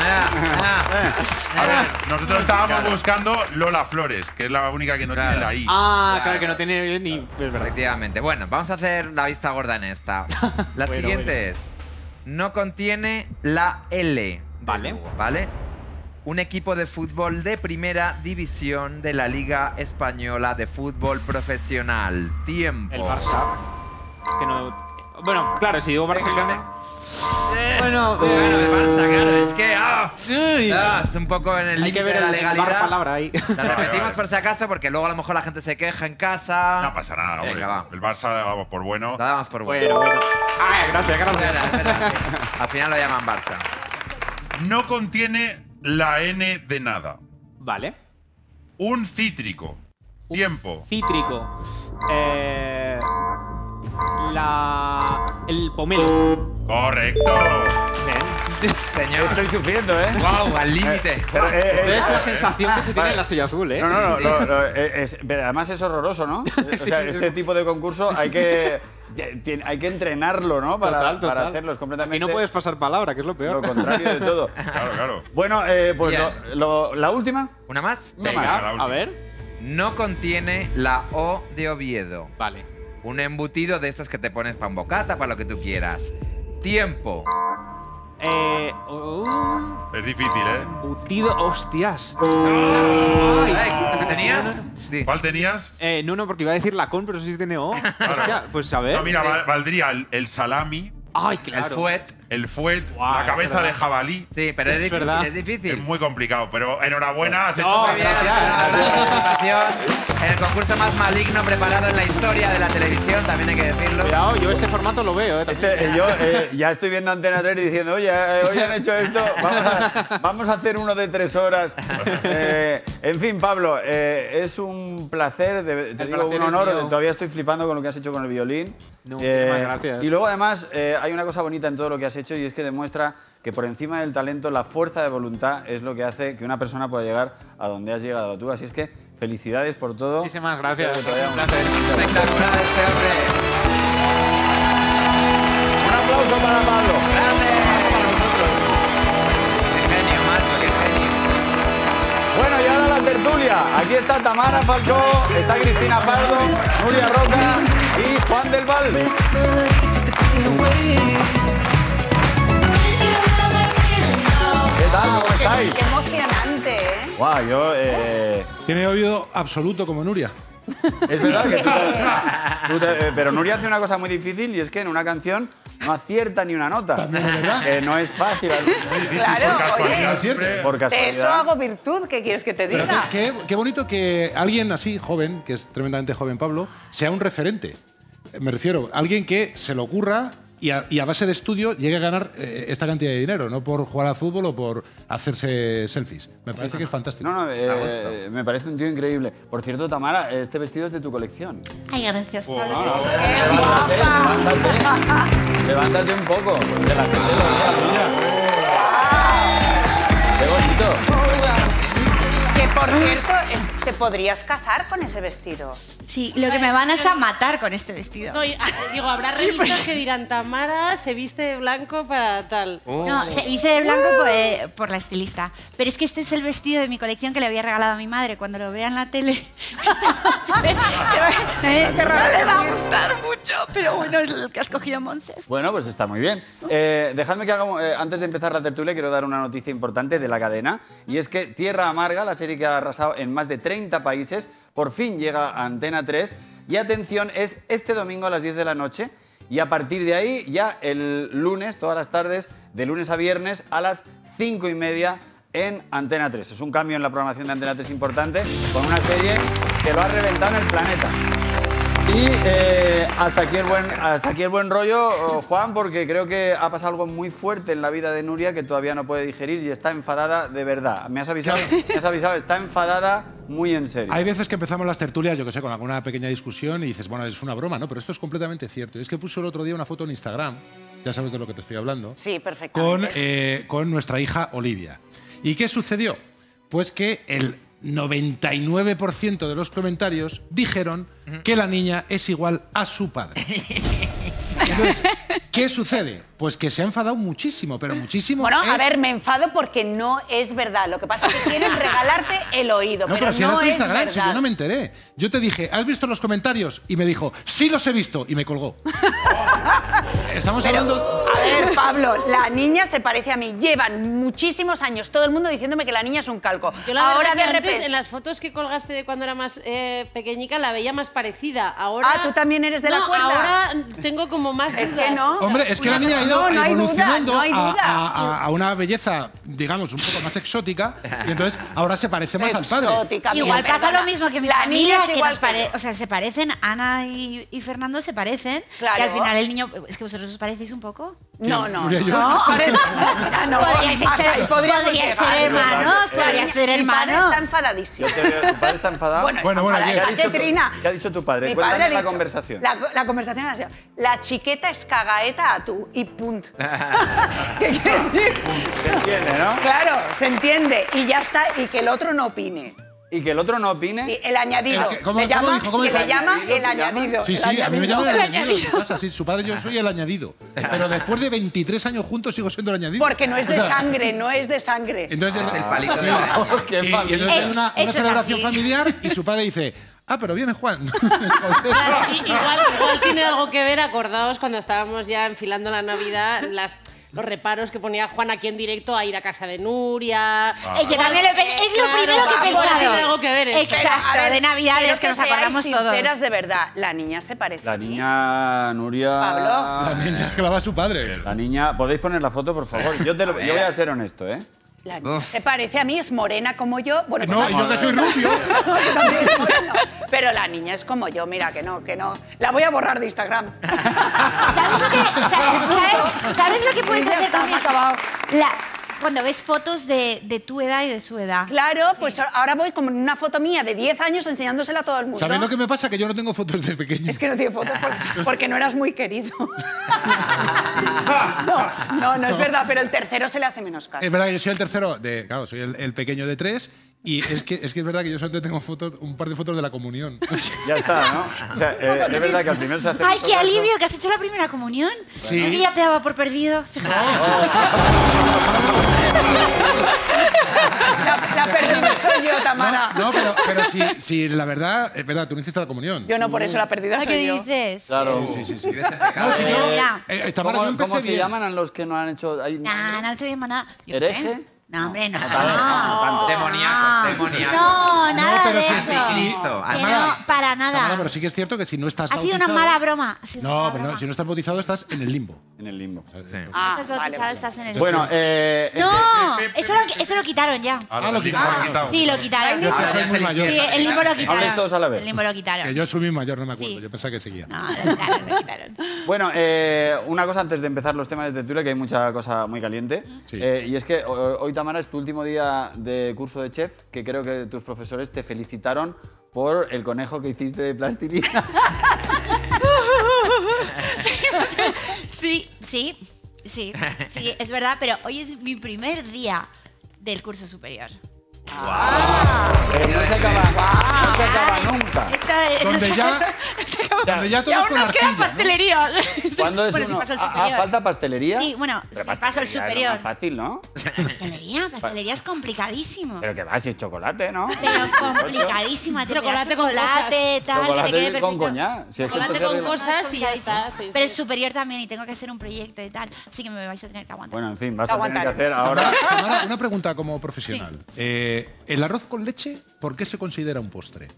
[SPEAKER 1] Ah, ah,
[SPEAKER 2] A ver,
[SPEAKER 4] Eh.
[SPEAKER 2] nosotros estábamos
[SPEAKER 1] Claro.
[SPEAKER 2] buscando Lola Flores, que es la única que no
[SPEAKER 1] Claro.
[SPEAKER 2] tiene la I.
[SPEAKER 4] Ah,
[SPEAKER 1] Claro.
[SPEAKER 4] claro, que no tiene ni. Es verdad.
[SPEAKER 1] Efectivamente. Bueno, vamos a hacer la vista gorda en esta. La
[SPEAKER 4] Bueno,
[SPEAKER 1] siguiente es. No contiene la L.
[SPEAKER 4] Vale.
[SPEAKER 1] ¿Vale? Un equipo de fútbol de primera división de la Liga Española de Fútbol Profesional. Tiempo.
[SPEAKER 4] El Barça. Que no. Bueno, claro, si digo Barcelona. Bueno,
[SPEAKER 1] Bueno, el
[SPEAKER 4] eh,
[SPEAKER 1] Barça, claro, es que. ah,
[SPEAKER 4] uy,
[SPEAKER 1] ah, es un poco en el
[SPEAKER 4] hay que
[SPEAKER 1] límite
[SPEAKER 4] ver
[SPEAKER 1] de la
[SPEAKER 4] el- el bar
[SPEAKER 1] legalidad.
[SPEAKER 4] palabra ahí.
[SPEAKER 1] La
[SPEAKER 2] Vale,
[SPEAKER 1] repetimos
[SPEAKER 2] vale.
[SPEAKER 1] por si acaso, porque luego a lo mejor la gente se queja en casa.
[SPEAKER 2] No pasa nada, hombre.
[SPEAKER 1] Venga, va.
[SPEAKER 2] El Barça la damos Ah, por bueno.
[SPEAKER 1] La damos por buena.
[SPEAKER 4] Bueno, bueno. Ah, gracias,
[SPEAKER 1] Espera,
[SPEAKER 4] gracias.
[SPEAKER 1] espera, que Al final lo llaman Barça.
[SPEAKER 2] No contiene la N de nada.
[SPEAKER 4] Vale.
[SPEAKER 2] Un cítrico. Tiempo.
[SPEAKER 4] Cítrico. Eh, la. El pomelo.
[SPEAKER 2] Correcto.
[SPEAKER 4] Bien.
[SPEAKER 1] Señor.
[SPEAKER 3] Estoy sufriendo, ¿eh?
[SPEAKER 1] Wow, al límite.
[SPEAKER 3] Pero, eh, eh,
[SPEAKER 4] Es la sensación que se tiene
[SPEAKER 3] Vale.
[SPEAKER 4] en la silla azul, ¿eh?
[SPEAKER 3] No, no, no. lo- lo- eh, es- pero además es horroroso, ¿no? O sea,
[SPEAKER 4] Sí.
[SPEAKER 3] este tipo de concurso hay que, tien- hay que entrenarlo, ¿no? Para,
[SPEAKER 4] Total, total.
[SPEAKER 3] para hacerlos completamente
[SPEAKER 4] Y no puedes pasar palabra, que es lo
[SPEAKER 3] lo
[SPEAKER 4] peor.
[SPEAKER 3] contrario de todo.
[SPEAKER 2] Claro, claro.
[SPEAKER 3] Bueno, eh, pues
[SPEAKER 1] Bien.
[SPEAKER 3] lo- lo- la última.
[SPEAKER 1] ¿Una más?
[SPEAKER 3] Una
[SPEAKER 4] Venga,
[SPEAKER 2] más.
[SPEAKER 4] a ver.
[SPEAKER 1] No contiene la O de Oviedo.
[SPEAKER 4] Vale.
[SPEAKER 1] Un embutido de estos que te pones para un bocata, para lo que tú quieras. Tiempo.
[SPEAKER 4] Eh, un
[SPEAKER 2] Es difícil, ¿eh?
[SPEAKER 4] embutido, hostias.
[SPEAKER 1] Ay, ¿Tenías? Sí.
[SPEAKER 2] ¿Cuál tenías?
[SPEAKER 4] Eh, no, no, porque iba a decir la con, pero si tiene O. Hostia, pues a ver.
[SPEAKER 2] No, mira, val- valdría el, el salami,
[SPEAKER 4] Ay,
[SPEAKER 1] El
[SPEAKER 4] claro.
[SPEAKER 1] fuet.
[SPEAKER 2] el fuet,
[SPEAKER 4] Guau,
[SPEAKER 2] la cabeza
[SPEAKER 4] es
[SPEAKER 2] de
[SPEAKER 4] verdad.
[SPEAKER 2] jabalí.
[SPEAKER 1] Sí, pero es,
[SPEAKER 4] Es
[SPEAKER 1] difí-
[SPEAKER 4] verdad.
[SPEAKER 1] es difícil.
[SPEAKER 2] Es muy complicado, pero enhorabuena. has hecho
[SPEAKER 4] No,
[SPEAKER 2] muy
[SPEAKER 1] Muy bien, participación. El concurso más maligno preparado en la historia de la televisión, también hay que decirlo.
[SPEAKER 4] Cuidado, yo este formato lo veo, eh. también.
[SPEAKER 3] Este, eh, yo eh, ya estoy viendo Antena 3 diciendo, oye, eh, hoy han hecho esto, vamos a, vamos a hacer uno de tres horas. Eh, en fin, Pablo, eh, es un placer, de- te
[SPEAKER 4] El
[SPEAKER 3] digo,
[SPEAKER 4] placer
[SPEAKER 3] un
[SPEAKER 4] es
[SPEAKER 3] honor,
[SPEAKER 4] mío.
[SPEAKER 3] todavía estoy flipando con lo que has hecho con el violín. Eh,
[SPEAKER 4] No, muchísimas gracias.
[SPEAKER 3] Y luego además eh, hay una cosa bonita en todo lo que has hecho y es que demuestra que por encima del talento la fuerza de voluntad es lo que hace que una persona pueda llegar a donde has llegado tú. Así es que felicidades por todo.
[SPEAKER 4] Muchísimas gracias.
[SPEAKER 3] Espero que te vaya
[SPEAKER 4] Un
[SPEAKER 3] muy
[SPEAKER 4] placer.
[SPEAKER 1] Espectacular este hombre.
[SPEAKER 3] Un aplauso para Pablo.
[SPEAKER 1] Qué genio, macho, qué genio.
[SPEAKER 3] Bueno, y ahora la tertulia. Aquí está Tamara Falcó, está Cristina Pardo, Nuria Roca y Juan del Val. ¿Qué tal? ¿Cómo estáis?
[SPEAKER 8] Qué emocionante, ¿eh?
[SPEAKER 3] Guau, yo... eh,
[SPEAKER 9] Tiene oído absoluto como Nuria.
[SPEAKER 3] es verdad que tú te- tú te- eh, Pero Nuria hace una cosa muy difícil y es que en una canción no acierta ni una nota. Eh, no es fácil.
[SPEAKER 8] Claro,
[SPEAKER 2] por casualidad,
[SPEAKER 8] oye.
[SPEAKER 2] siempre.
[SPEAKER 3] Por
[SPEAKER 8] De eso
[SPEAKER 3] casualidad.
[SPEAKER 8] hago virtud, ¿qué quieres que te
[SPEAKER 9] Pero
[SPEAKER 8] diga?
[SPEAKER 9] qué, qué- qué bonito que alguien así, joven, que es tremendamente joven Pablo, sea un referente. Eh, Me refiero, alguien que se lo ocurra y a, y a base de estudio llegue a ganar eh, esta cantidad de dinero, no por jugar al fútbol o por hacerse selfies. Me parece que es fantástico.
[SPEAKER 3] No, no, eh, me parece un tío increíble. Por cierto, Tamara, este vestido es de tu colección.
[SPEAKER 10] Ay, gracias.
[SPEAKER 3] Ah,
[SPEAKER 9] Eh,
[SPEAKER 8] Qué
[SPEAKER 3] Levántate,
[SPEAKER 8] guapa.
[SPEAKER 3] levántate. Levántate un poco. De la Qué bonito.
[SPEAKER 8] Que por cierto, es- te podrías casar con ese vestido.
[SPEAKER 10] Sí, lo que me van es a matar con este vestido.
[SPEAKER 11] Estoy- ah, digo, habrá revistas que dirán Tamara se viste de blanco para tal.
[SPEAKER 9] Oh.
[SPEAKER 11] Uh,
[SPEAKER 10] No, se hice de blanco por, eh, por la estilista. Pero es que este es el vestido de mi colección que le había regalado a mi madre. Cuando lo vea en la tele esta noche, eh, no le va a gustar mucho. Pero bueno, es el que ha escogido Monse.
[SPEAKER 3] Bueno, pues está muy bien. Eh, dejadme que haga, un- eh, antes de empezar la tertulia, quiero dar una noticia importante de la cadena. Y es que Tierra Amarga, la serie que ha arrasado en más de 30 países, por fin llega a Antena 3. Y atención, es este domingo a las 10 de la noche. Y a partir de ahí, ya el lunes, todas las tardes, de lunes a viernes, a las 5 y media en Antena 3. Es un cambio en la programación de Antena 3 importante con una serie que lo ha reventado en el planeta. Y eh, hasta aquí, el buen, hasta aquí el buen rollo, eh, Juan, porque creo que ha pasado algo muy fuerte en la vida de Nuria que todavía no puede digerir y está enfadada de verdad. Me has avisado, me has avisado, está enfadada muy en serio.
[SPEAKER 9] Hay veces que empezamos las tertulias, yo que sé, con alguna pequeña discusión y dices, bueno, es una broma, ¿no? Pero esto es completamente cierto. Y es que puso el otro día una foto en Instagram, ya sabes de lo que te estoy hablando,
[SPEAKER 8] Sí, perfecto.
[SPEAKER 9] con, eh, con nuestra hija Olivia. ¿Y qué sucedió? Pues que el 99% de los comentarios dijeron que la niña es igual a su padre. Entonces, ¿qué sucede? Pues que se ha enfadado muchísimo, pero muchísimo.
[SPEAKER 8] Bueno, a
[SPEAKER 9] es-
[SPEAKER 8] ver, me enfado porque no es verdad. Lo que pasa es que quieren regalarte el oído,
[SPEAKER 9] No,
[SPEAKER 8] pero,
[SPEAKER 9] pero si era
[SPEAKER 8] no
[SPEAKER 9] tu
[SPEAKER 8] es
[SPEAKER 9] Instagram,
[SPEAKER 8] verdad.
[SPEAKER 9] si yo no me enteré. Yo te dije, ¿has visto los comentarios? Y me dijo, sí los he visto. Y me colgó. Estamos
[SPEAKER 8] Pero,
[SPEAKER 9] hablando.
[SPEAKER 8] A ver, Pablo, la niña se parece a mí. Llevan muchísimos años todo el mundo diciéndome que la niña es un calco.
[SPEAKER 11] Yo la
[SPEAKER 8] Ahora
[SPEAKER 11] verdad que
[SPEAKER 8] de repente.
[SPEAKER 11] antes, en las fotos que colgaste de cuando era más eh, pequeñica, la veía más parecida. Ahora,
[SPEAKER 8] Ah, ¿tú también eres de la
[SPEAKER 11] No,
[SPEAKER 8] cuerda?
[SPEAKER 11] Ahora tengo como más
[SPEAKER 8] Es que
[SPEAKER 11] dudas.
[SPEAKER 8] no.
[SPEAKER 9] Hombre, es que la niña ha ido
[SPEAKER 8] No, no hay duda,
[SPEAKER 9] evolucionando
[SPEAKER 8] no hay
[SPEAKER 9] a-
[SPEAKER 8] duda.
[SPEAKER 9] A, a- a una belleza, digamos, un poco más exótica. Y entonces ahora se parece más al padre.
[SPEAKER 8] Exótica,
[SPEAKER 10] Igual
[SPEAKER 8] mira,
[SPEAKER 10] pasa
[SPEAKER 8] perdona.
[SPEAKER 10] lo mismo que mi
[SPEAKER 8] La
[SPEAKER 10] familia,
[SPEAKER 8] niña es
[SPEAKER 10] que
[SPEAKER 8] igual
[SPEAKER 10] nos
[SPEAKER 8] que
[SPEAKER 10] pare-
[SPEAKER 8] yo.
[SPEAKER 10] o sea, se parecen, Ana y, y Fernando se parecen,
[SPEAKER 8] Claro.
[SPEAKER 10] y al final el niño, es que vosotros os parecéis un poco.
[SPEAKER 8] No, no.
[SPEAKER 9] Nuria,
[SPEAKER 8] no.
[SPEAKER 9] yo-
[SPEAKER 8] ¿No? Mira, no,
[SPEAKER 10] Podríais
[SPEAKER 8] hasta
[SPEAKER 10] ser-
[SPEAKER 8] ahí podríamos
[SPEAKER 10] podríais
[SPEAKER 8] llegar.
[SPEAKER 10] ser hermanos,
[SPEAKER 8] Es verdad,
[SPEAKER 10] podríais
[SPEAKER 8] eh,
[SPEAKER 10] ser
[SPEAKER 8] Mi padre
[SPEAKER 10] hermanos.
[SPEAKER 8] está
[SPEAKER 3] Yo
[SPEAKER 8] enfadadísimo.
[SPEAKER 3] te veo, ¿Tu padre está enfadado?
[SPEAKER 8] Bueno,
[SPEAKER 9] Bueno, bueno,
[SPEAKER 8] está enfadada,
[SPEAKER 9] bien.
[SPEAKER 3] ¿Qué ha
[SPEAKER 8] está
[SPEAKER 3] dicho tu-
[SPEAKER 8] tetrina.
[SPEAKER 3] qué ha dicho tu padre?
[SPEAKER 8] Mi
[SPEAKER 3] Cuéntame
[SPEAKER 8] padre ha
[SPEAKER 3] la
[SPEAKER 8] dicho-
[SPEAKER 3] conversación.
[SPEAKER 8] La, la conversación ha sido, la chiqueta es cagaeta a tú y punto. ¿Qué quiere decir?
[SPEAKER 3] Se entiende, ¿no?
[SPEAKER 8] Claro, se entiende. Y ya está, y que el otro no opine.
[SPEAKER 3] Y que el otro no opine.
[SPEAKER 8] Sí, el añadido.
[SPEAKER 9] El que- ¿cómo-
[SPEAKER 8] me
[SPEAKER 9] cómo
[SPEAKER 8] llama,
[SPEAKER 9] dijo? ¿Cómo
[SPEAKER 8] que
[SPEAKER 9] dijo?
[SPEAKER 8] le llama
[SPEAKER 3] ¿Añadido?
[SPEAKER 8] el
[SPEAKER 3] ¿Te llama?
[SPEAKER 8] añadido.
[SPEAKER 9] Sí,
[SPEAKER 8] el
[SPEAKER 9] sí, a mí me
[SPEAKER 8] añadido.
[SPEAKER 9] llaman el añadido. en su casa, sí, su padre yo soy el añadido. Pero después de 23 años juntos sigo siendo el añadido.
[SPEAKER 8] Porque no es
[SPEAKER 9] O
[SPEAKER 8] de
[SPEAKER 9] sea,
[SPEAKER 8] sangre, no es de sangre.
[SPEAKER 9] Entonces,
[SPEAKER 1] Es el palito de la araña.
[SPEAKER 3] Oh, qué
[SPEAKER 9] Y- y
[SPEAKER 3] familia.
[SPEAKER 9] entonces hay
[SPEAKER 10] Es-
[SPEAKER 9] una,
[SPEAKER 10] eso
[SPEAKER 9] una
[SPEAKER 10] es
[SPEAKER 9] celebración
[SPEAKER 10] así.
[SPEAKER 9] familiar y su padre dice, ah, pero viene Juan.
[SPEAKER 11] Claro, i- igual, igual tiene algo que ver, acordaos, cuando estábamos ya enfilando la Navidad, las, los reparos que ponía Juan aquí en directo a ir a casa de Nuria.
[SPEAKER 10] Eh, yo también lo he pe- es lo primero que he
[SPEAKER 11] igual
[SPEAKER 10] pensado.
[SPEAKER 11] Tiene algo que ver. eso.
[SPEAKER 10] Exacto. de Navidades,
[SPEAKER 8] pero
[SPEAKER 10] que nos
[SPEAKER 8] seáis
[SPEAKER 10] acordamos
[SPEAKER 8] sinceras
[SPEAKER 10] todos.
[SPEAKER 8] de verdad, la niña se parece. a
[SPEAKER 3] La
[SPEAKER 8] mí.
[SPEAKER 3] niña Nuria.
[SPEAKER 8] Pablo.
[SPEAKER 9] La niña clava a su padre.
[SPEAKER 3] La niña, ¿podéis poner la foto, por favor? Yo, te lo- yo voy a ser honesto, ¿eh?
[SPEAKER 8] La niña se parece a mí, es morena como yo. Bueno, tú
[SPEAKER 9] No, y
[SPEAKER 8] también.
[SPEAKER 9] yo que soy rubio.
[SPEAKER 8] Tú también eres moreno. Pero la niña es como yo, mira que no, que no. La voy a borrar de Instagram.
[SPEAKER 10] ¿Sabes lo que, sa- ¿sabes, sabes lo que puedes
[SPEAKER 8] Ya
[SPEAKER 10] hacer
[SPEAKER 8] está,
[SPEAKER 10] también?
[SPEAKER 8] se ha acabado.
[SPEAKER 10] La- cuando ves fotos de, de tu edad y de su edad.
[SPEAKER 8] Claro, pues ahora voy como en una foto mía de 10 años enseñándosela a todo el mundo.
[SPEAKER 9] ¿Sabéis lo que me pasa? Que yo no tengo fotos de pequeño.
[SPEAKER 8] Es que no tiene fotos por- porque no eras muy querido. No, no, no es verdad, pero el tercero se le hace menos caso.
[SPEAKER 9] Es verdad que yo soy el tercero, de, claro, soy el, el pequeño de tres. Y es que, es que es verdad que yo solo tengo fotos, un par de fotos de la comunión.
[SPEAKER 3] Ya está, ¿no? O sea, eh, es verdad que al primero se hace.
[SPEAKER 10] Ay,
[SPEAKER 3] mucho
[SPEAKER 10] qué
[SPEAKER 3] caso.
[SPEAKER 10] alivio, que has hecho la primera comunión.
[SPEAKER 9] Sí. Ah.
[SPEAKER 10] Yo que ya te daba por perdido. Fíjate.
[SPEAKER 8] La, la perdida soy yo, Tamara.
[SPEAKER 9] No, pero, pero si, si la verdad, es verdad, tú no hiciste la comunión.
[SPEAKER 8] Yo no, por eso la perdida
[SPEAKER 10] Ay,
[SPEAKER 8] soy
[SPEAKER 10] ¿Qué
[SPEAKER 8] yo.
[SPEAKER 10] dices?
[SPEAKER 3] Claro.
[SPEAKER 9] Sí, sí, sí.
[SPEAKER 1] No,
[SPEAKER 9] Si yo-
[SPEAKER 10] Ya.
[SPEAKER 9] eh, eh, Tamara, yo
[SPEAKER 3] ¿Cómo,
[SPEAKER 9] empecé
[SPEAKER 3] cómo se
[SPEAKER 9] bien.
[SPEAKER 3] llaman a los que no han hecho.? Hay-
[SPEAKER 10] Nah, no se veía más nada. Yo
[SPEAKER 3] ¿Hereje?
[SPEAKER 10] qué sé. No, hombre, no.
[SPEAKER 3] tanto, no tanto.
[SPEAKER 10] Ah.
[SPEAKER 1] Demoníaco, demoníaco.
[SPEAKER 10] No, nada
[SPEAKER 9] pero
[SPEAKER 10] de
[SPEAKER 9] sí
[SPEAKER 10] eso.
[SPEAKER 1] estoy listo.
[SPEAKER 10] Que
[SPEAKER 1] Además-
[SPEAKER 10] no, para
[SPEAKER 9] Tamara, pero
[SPEAKER 10] nada.
[SPEAKER 9] sí que es cierto que si no estás
[SPEAKER 10] Ha sido una
[SPEAKER 9] bautizado-
[SPEAKER 10] mala broma. Ha sido una
[SPEAKER 9] No,
[SPEAKER 10] mala
[SPEAKER 9] pero no,
[SPEAKER 10] broma.
[SPEAKER 9] si no estás bautizado estás en el limbo.
[SPEAKER 3] En el limbo.
[SPEAKER 8] Ah,
[SPEAKER 10] estás bautizado,
[SPEAKER 8] vale, vale.
[SPEAKER 10] estás en el...
[SPEAKER 3] Bueno, eh. ese- Ah,
[SPEAKER 10] no, eso lo, eso lo quitaron ya.
[SPEAKER 2] Ahora,
[SPEAKER 9] Ah, lo
[SPEAKER 2] el limbo
[SPEAKER 9] quitaron.
[SPEAKER 2] lo quitamos.
[SPEAKER 10] Sí, lo quitaron.
[SPEAKER 9] Yo es que
[SPEAKER 1] Ahora
[SPEAKER 9] soy
[SPEAKER 1] ya
[SPEAKER 9] muy
[SPEAKER 1] se le
[SPEAKER 9] mayor.
[SPEAKER 10] Sí, el limbo lo quitaron.
[SPEAKER 3] Habléis todos a la vez.
[SPEAKER 10] El limbo lo
[SPEAKER 9] Que
[SPEAKER 10] quitaron.
[SPEAKER 9] yo soy muy mayor, no me acuerdo.
[SPEAKER 10] Sí.
[SPEAKER 9] Yo pensaba que seguía.
[SPEAKER 10] No, eh. lo quitaron, lo quitaron.
[SPEAKER 3] Bueno, eh, una cosa antes de empezar los temas de tertulia, que hay mucha cosa muy caliente.
[SPEAKER 9] Sí.
[SPEAKER 3] Eh, y es que ho- hoy, Tamara, es tu último día de curso de chef, que creo que tus profesores te felicitaron por el conejo que hiciste de plastilina.
[SPEAKER 10] Sí, sí, sí, sí, es verdad, pero hoy es mi primer día del curso superior.
[SPEAKER 3] Pero no se acaba, no se acaba nunca.
[SPEAKER 10] Esta- esta-
[SPEAKER 9] Donde ya-
[SPEAKER 10] esta acaba-
[SPEAKER 9] donde ya
[SPEAKER 10] y
[SPEAKER 9] todos
[SPEAKER 10] aún
[SPEAKER 9] con
[SPEAKER 10] nos queda
[SPEAKER 9] arcilla, ¿no?
[SPEAKER 10] pastelería.
[SPEAKER 3] ¿Cuándo es
[SPEAKER 10] Bueno, sí
[SPEAKER 3] uno?
[SPEAKER 10] paso el
[SPEAKER 3] Ah, ah,
[SPEAKER 10] superior.
[SPEAKER 3] ¿Falta pastelería?
[SPEAKER 10] Sí, bueno,
[SPEAKER 3] Pero
[SPEAKER 10] sí, paso el
[SPEAKER 3] pastelería es lo
[SPEAKER 10] superior.
[SPEAKER 3] más fácil, ¿no?
[SPEAKER 10] Pastelería, pastelería es complicadísimo.
[SPEAKER 3] Pero que va, si es chocolate, ¿no?
[SPEAKER 10] Pero complicadísimo. te
[SPEAKER 11] Chocolate
[SPEAKER 10] pegas
[SPEAKER 11] con
[SPEAKER 10] chocolate, tal, que te
[SPEAKER 3] Chocolate
[SPEAKER 10] quede
[SPEAKER 3] con
[SPEAKER 10] perfecto.
[SPEAKER 3] coñac. Si es que
[SPEAKER 11] Chocolate
[SPEAKER 3] esto se
[SPEAKER 11] con
[SPEAKER 3] arregla.
[SPEAKER 11] cosas y ya está. sí,
[SPEAKER 10] Pero el
[SPEAKER 11] sí.
[SPEAKER 10] superior también, y tengo que hacer un proyecto y tal, así que me vais a tener que aguantar.
[SPEAKER 3] Bueno, en fin, vas a tener que
[SPEAKER 8] Aguantar.
[SPEAKER 3] hacer ahora...
[SPEAKER 9] Tamara, una pregunta como profesional. Eh, ¿El arroz con leche por qué se considera un postre?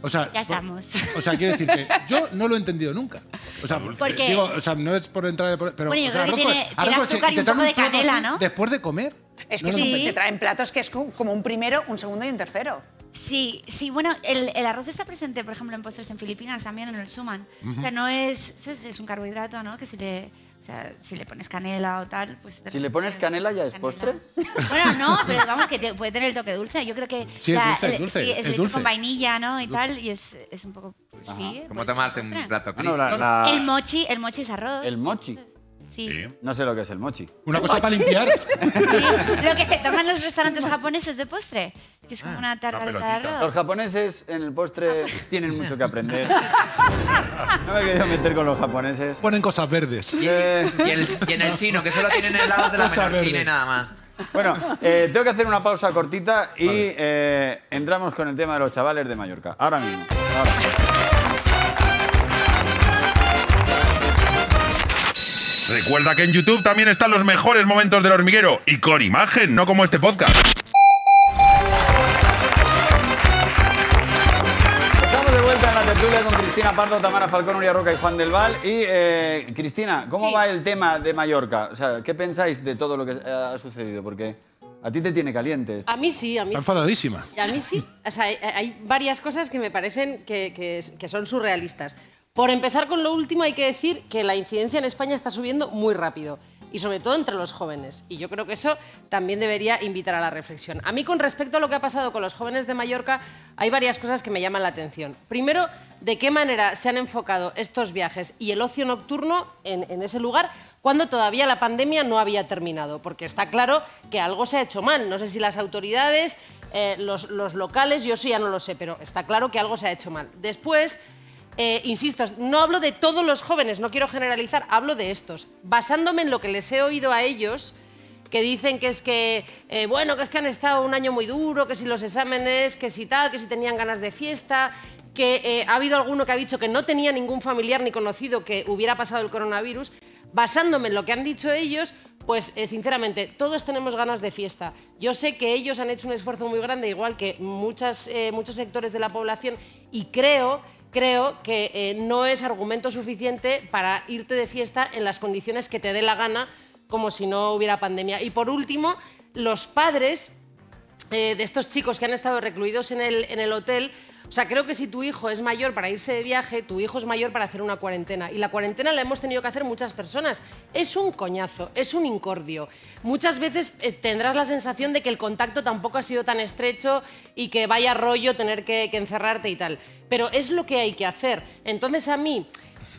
[SPEAKER 9] O sea,
[SPEAKER 10] Ya
[SPEAKER 9] por-
[SPEAKER 10] estamos.
[SPEAKER 9] o sea, quiero decir que yo no lo he entendido nunca. O sea,
[SPEAKER 10] ¿Por qué?
[SPEAKER 9] digo, o sea, no es por entrar, pero
[SPEAKER 10] Bueno, yo
[SPEAKER 9] o sea,
[SPEAKER 10] creo que
[SPEAKER 9] arroz con-
[SPEAKER 10] tiene- tiene
[SPEAKER 9] arroz con leche,
[SPEAKER 10] azúcar y
[SPEAKER 9] te
[SPEAKER 10] un
[SPEAKER 9] traen
[SPEAKER 10] poco de
[SPEAKER 9] plato así
[SPEAKER 10] canela, ¿no?
[SPEAKER 9] Después de comer.
[SPEAKER 8] Es
[SPEAKER 9] No
[SPEAKER 8] que
[SPEAKER 9] lo
[SPEAKER 8] sí,
[SPEAKER 10] comprendo.
[SPEAKER 8] te traen platos que es como un primero, un segundo y un tercero.
[SPEAKER 10] Sí, sí, bueno, el, el arroz está presente, por ejemplo, en postres en Filipinas, también en el suman.
[SPEAKER 3] Ujú.
[SPEAKER 10] O sea, no es, es, es un carbohidrato, ¿no? Que si le, o sea, si le pones canela o tal, pues... de
[SPEAKER 3] Si le
[SPEAKER 10] repente-
[SPEAKER 3] pones canela, ¿ya es postre?
[SPEAKER 10] Bueno, no, pero vamos, que te- puede tener el toque dulce. Yo creo que...
[SPEAKER 3] Sí, es dulce, es dulce,
[SPEAKER 10] sí,
[SPEAKER 3] es
[SPEAKER 10] leche
[SPEAKER 3] dulce.
[SPEAKER 10] con vainilla, ¿no? Y tal, y es, es un poco... pues Sí,
[SPEAKER 1] Como tomarte un plato
[SPEAKER 3] Ah, no,
[SPEAKER 1] crisp.
[SPEAKER 3] la- la-
[SPEAKER 10] El mochi, el mochi es arroz.
[SPEAKER 3] El mochi.
[SPEAKER 10] Sí.
[SPEAKER 3] No sé lo que es el mochi.
[SPEAKER 9] Una cosa para limpiar.
[SPEAKER 10] Lo que se toma en los restaurantes japoneses de postre,
[SPEAKER 3] Ah.
[SPEAKER 10] que es como una tarta de
[SPEAKER 3] Los
[SPEAKER 10] arroz.
[SPEAKER 3] japoneses en el postre tienen mucho que aprender. No me he querido meter con los japoneses. Eh.
[SPEAKER 9] Ponen cosas verdes.
[SPEAKER 1] Y, el- y en el chino, que solo tienen helados de la
[SPEAKER 3] Cosa
[SPEAKER 1] menorquina
[SPEAKER 3] verde.
[SPEAKER 1] y nada más.
[SPEAKER 3] Bueno, eh, tengo que hacer una pausa cortita y eh, entramos con el tema de los chavales de Mallorca. Ahora mismo. Ahora.
[SPEAKER 2] Recuerda que en YouTube también están los mejores momentos del hormiguero y con imagen, no como este podcast.
[SPEAKER 3] Estamos de vuelta en la tertulia con Cristina Pardo, Tamara Falcón, Uria Roca y Juan del Val. Y eh, Cristina, ¿cómo va el tema de Mallorca? O sea, ¿qué pensáis de todo lo que eh, ha sucedido? Porque a ti te tiene caliente esto.
[SPEAKER 11] A mí sí, a mí
[SPEAKER 3] Está
[SPEAKER 11] sí.
[SPEAKER 9] enfadadísima.
[SPEAKER 11] A mí sí. O sea, hay, hay varias cosas que me parecen que, que- que son surrealistas. Por empezar con lo último, hay que decir que la incidencia en España está subiendo muy rápido. Y sobre todo entre los jóvenes. Y yo creo que eso también debería invitar a la reflexión. A mí, con respecto a lo que ha pasado con los jóvenes de Mallorca, hay varias cosas que me llaman la atención. Primero, de qué manera se han enfocado estos viajes y el ocio nocturno en, en ese lugar cuando todavía la pandemia no había terminado. Porque está claro que algo se ha hecho mal. No sé si las autoridades eh, los, los locales, yo eso ya no lo sé, pero está claro que algo se ha hecho mal. Después, eh, insisto, no hablo de todos los jóvenes, no quiero generalizar, hablo de estos. Basándome en lo que les he oído a ellos, que dicen que es que, eh, bueno, que es que han estado un año muy duro, que si los exámenes, que si tal, que si tenían ganas de fiesta, que eh, ha habido alguno que ha dicho que no tenía ningún familiar ni conocido que hubiera pasado el coronavirus. Basándome en lo que han dicho ellos, pues eh, sinceramente, todos tenemos ganas de fiesta. Yo sé que ellos han hecho un esfuerzo muy grande, igual que muchas, eh, muchos sectores de la población, y creo, creo que eh, no es argumento suficiente para irte de fiesta en las condiciones que te dé la gana, como si no hubiera pandemia. Y por último, los padres eh, de estos chicos que han estado recluidos en el, en el hotel. O sea, creo que si tu hijo es mayor para irse de viaje, tu hijo es mayor para hacer una cuarentena. Y la cuarentena la hemos tenido que hacer muchas personas. Es un coñazo, es un incordio. Muchas veces eh, tendrás la sensación de que el contacto tampoco ha sido tan estrecho y que vaya rollo tener que, que encerrarte y tal. Pero es lo que hay que hacer. Entonces a mí...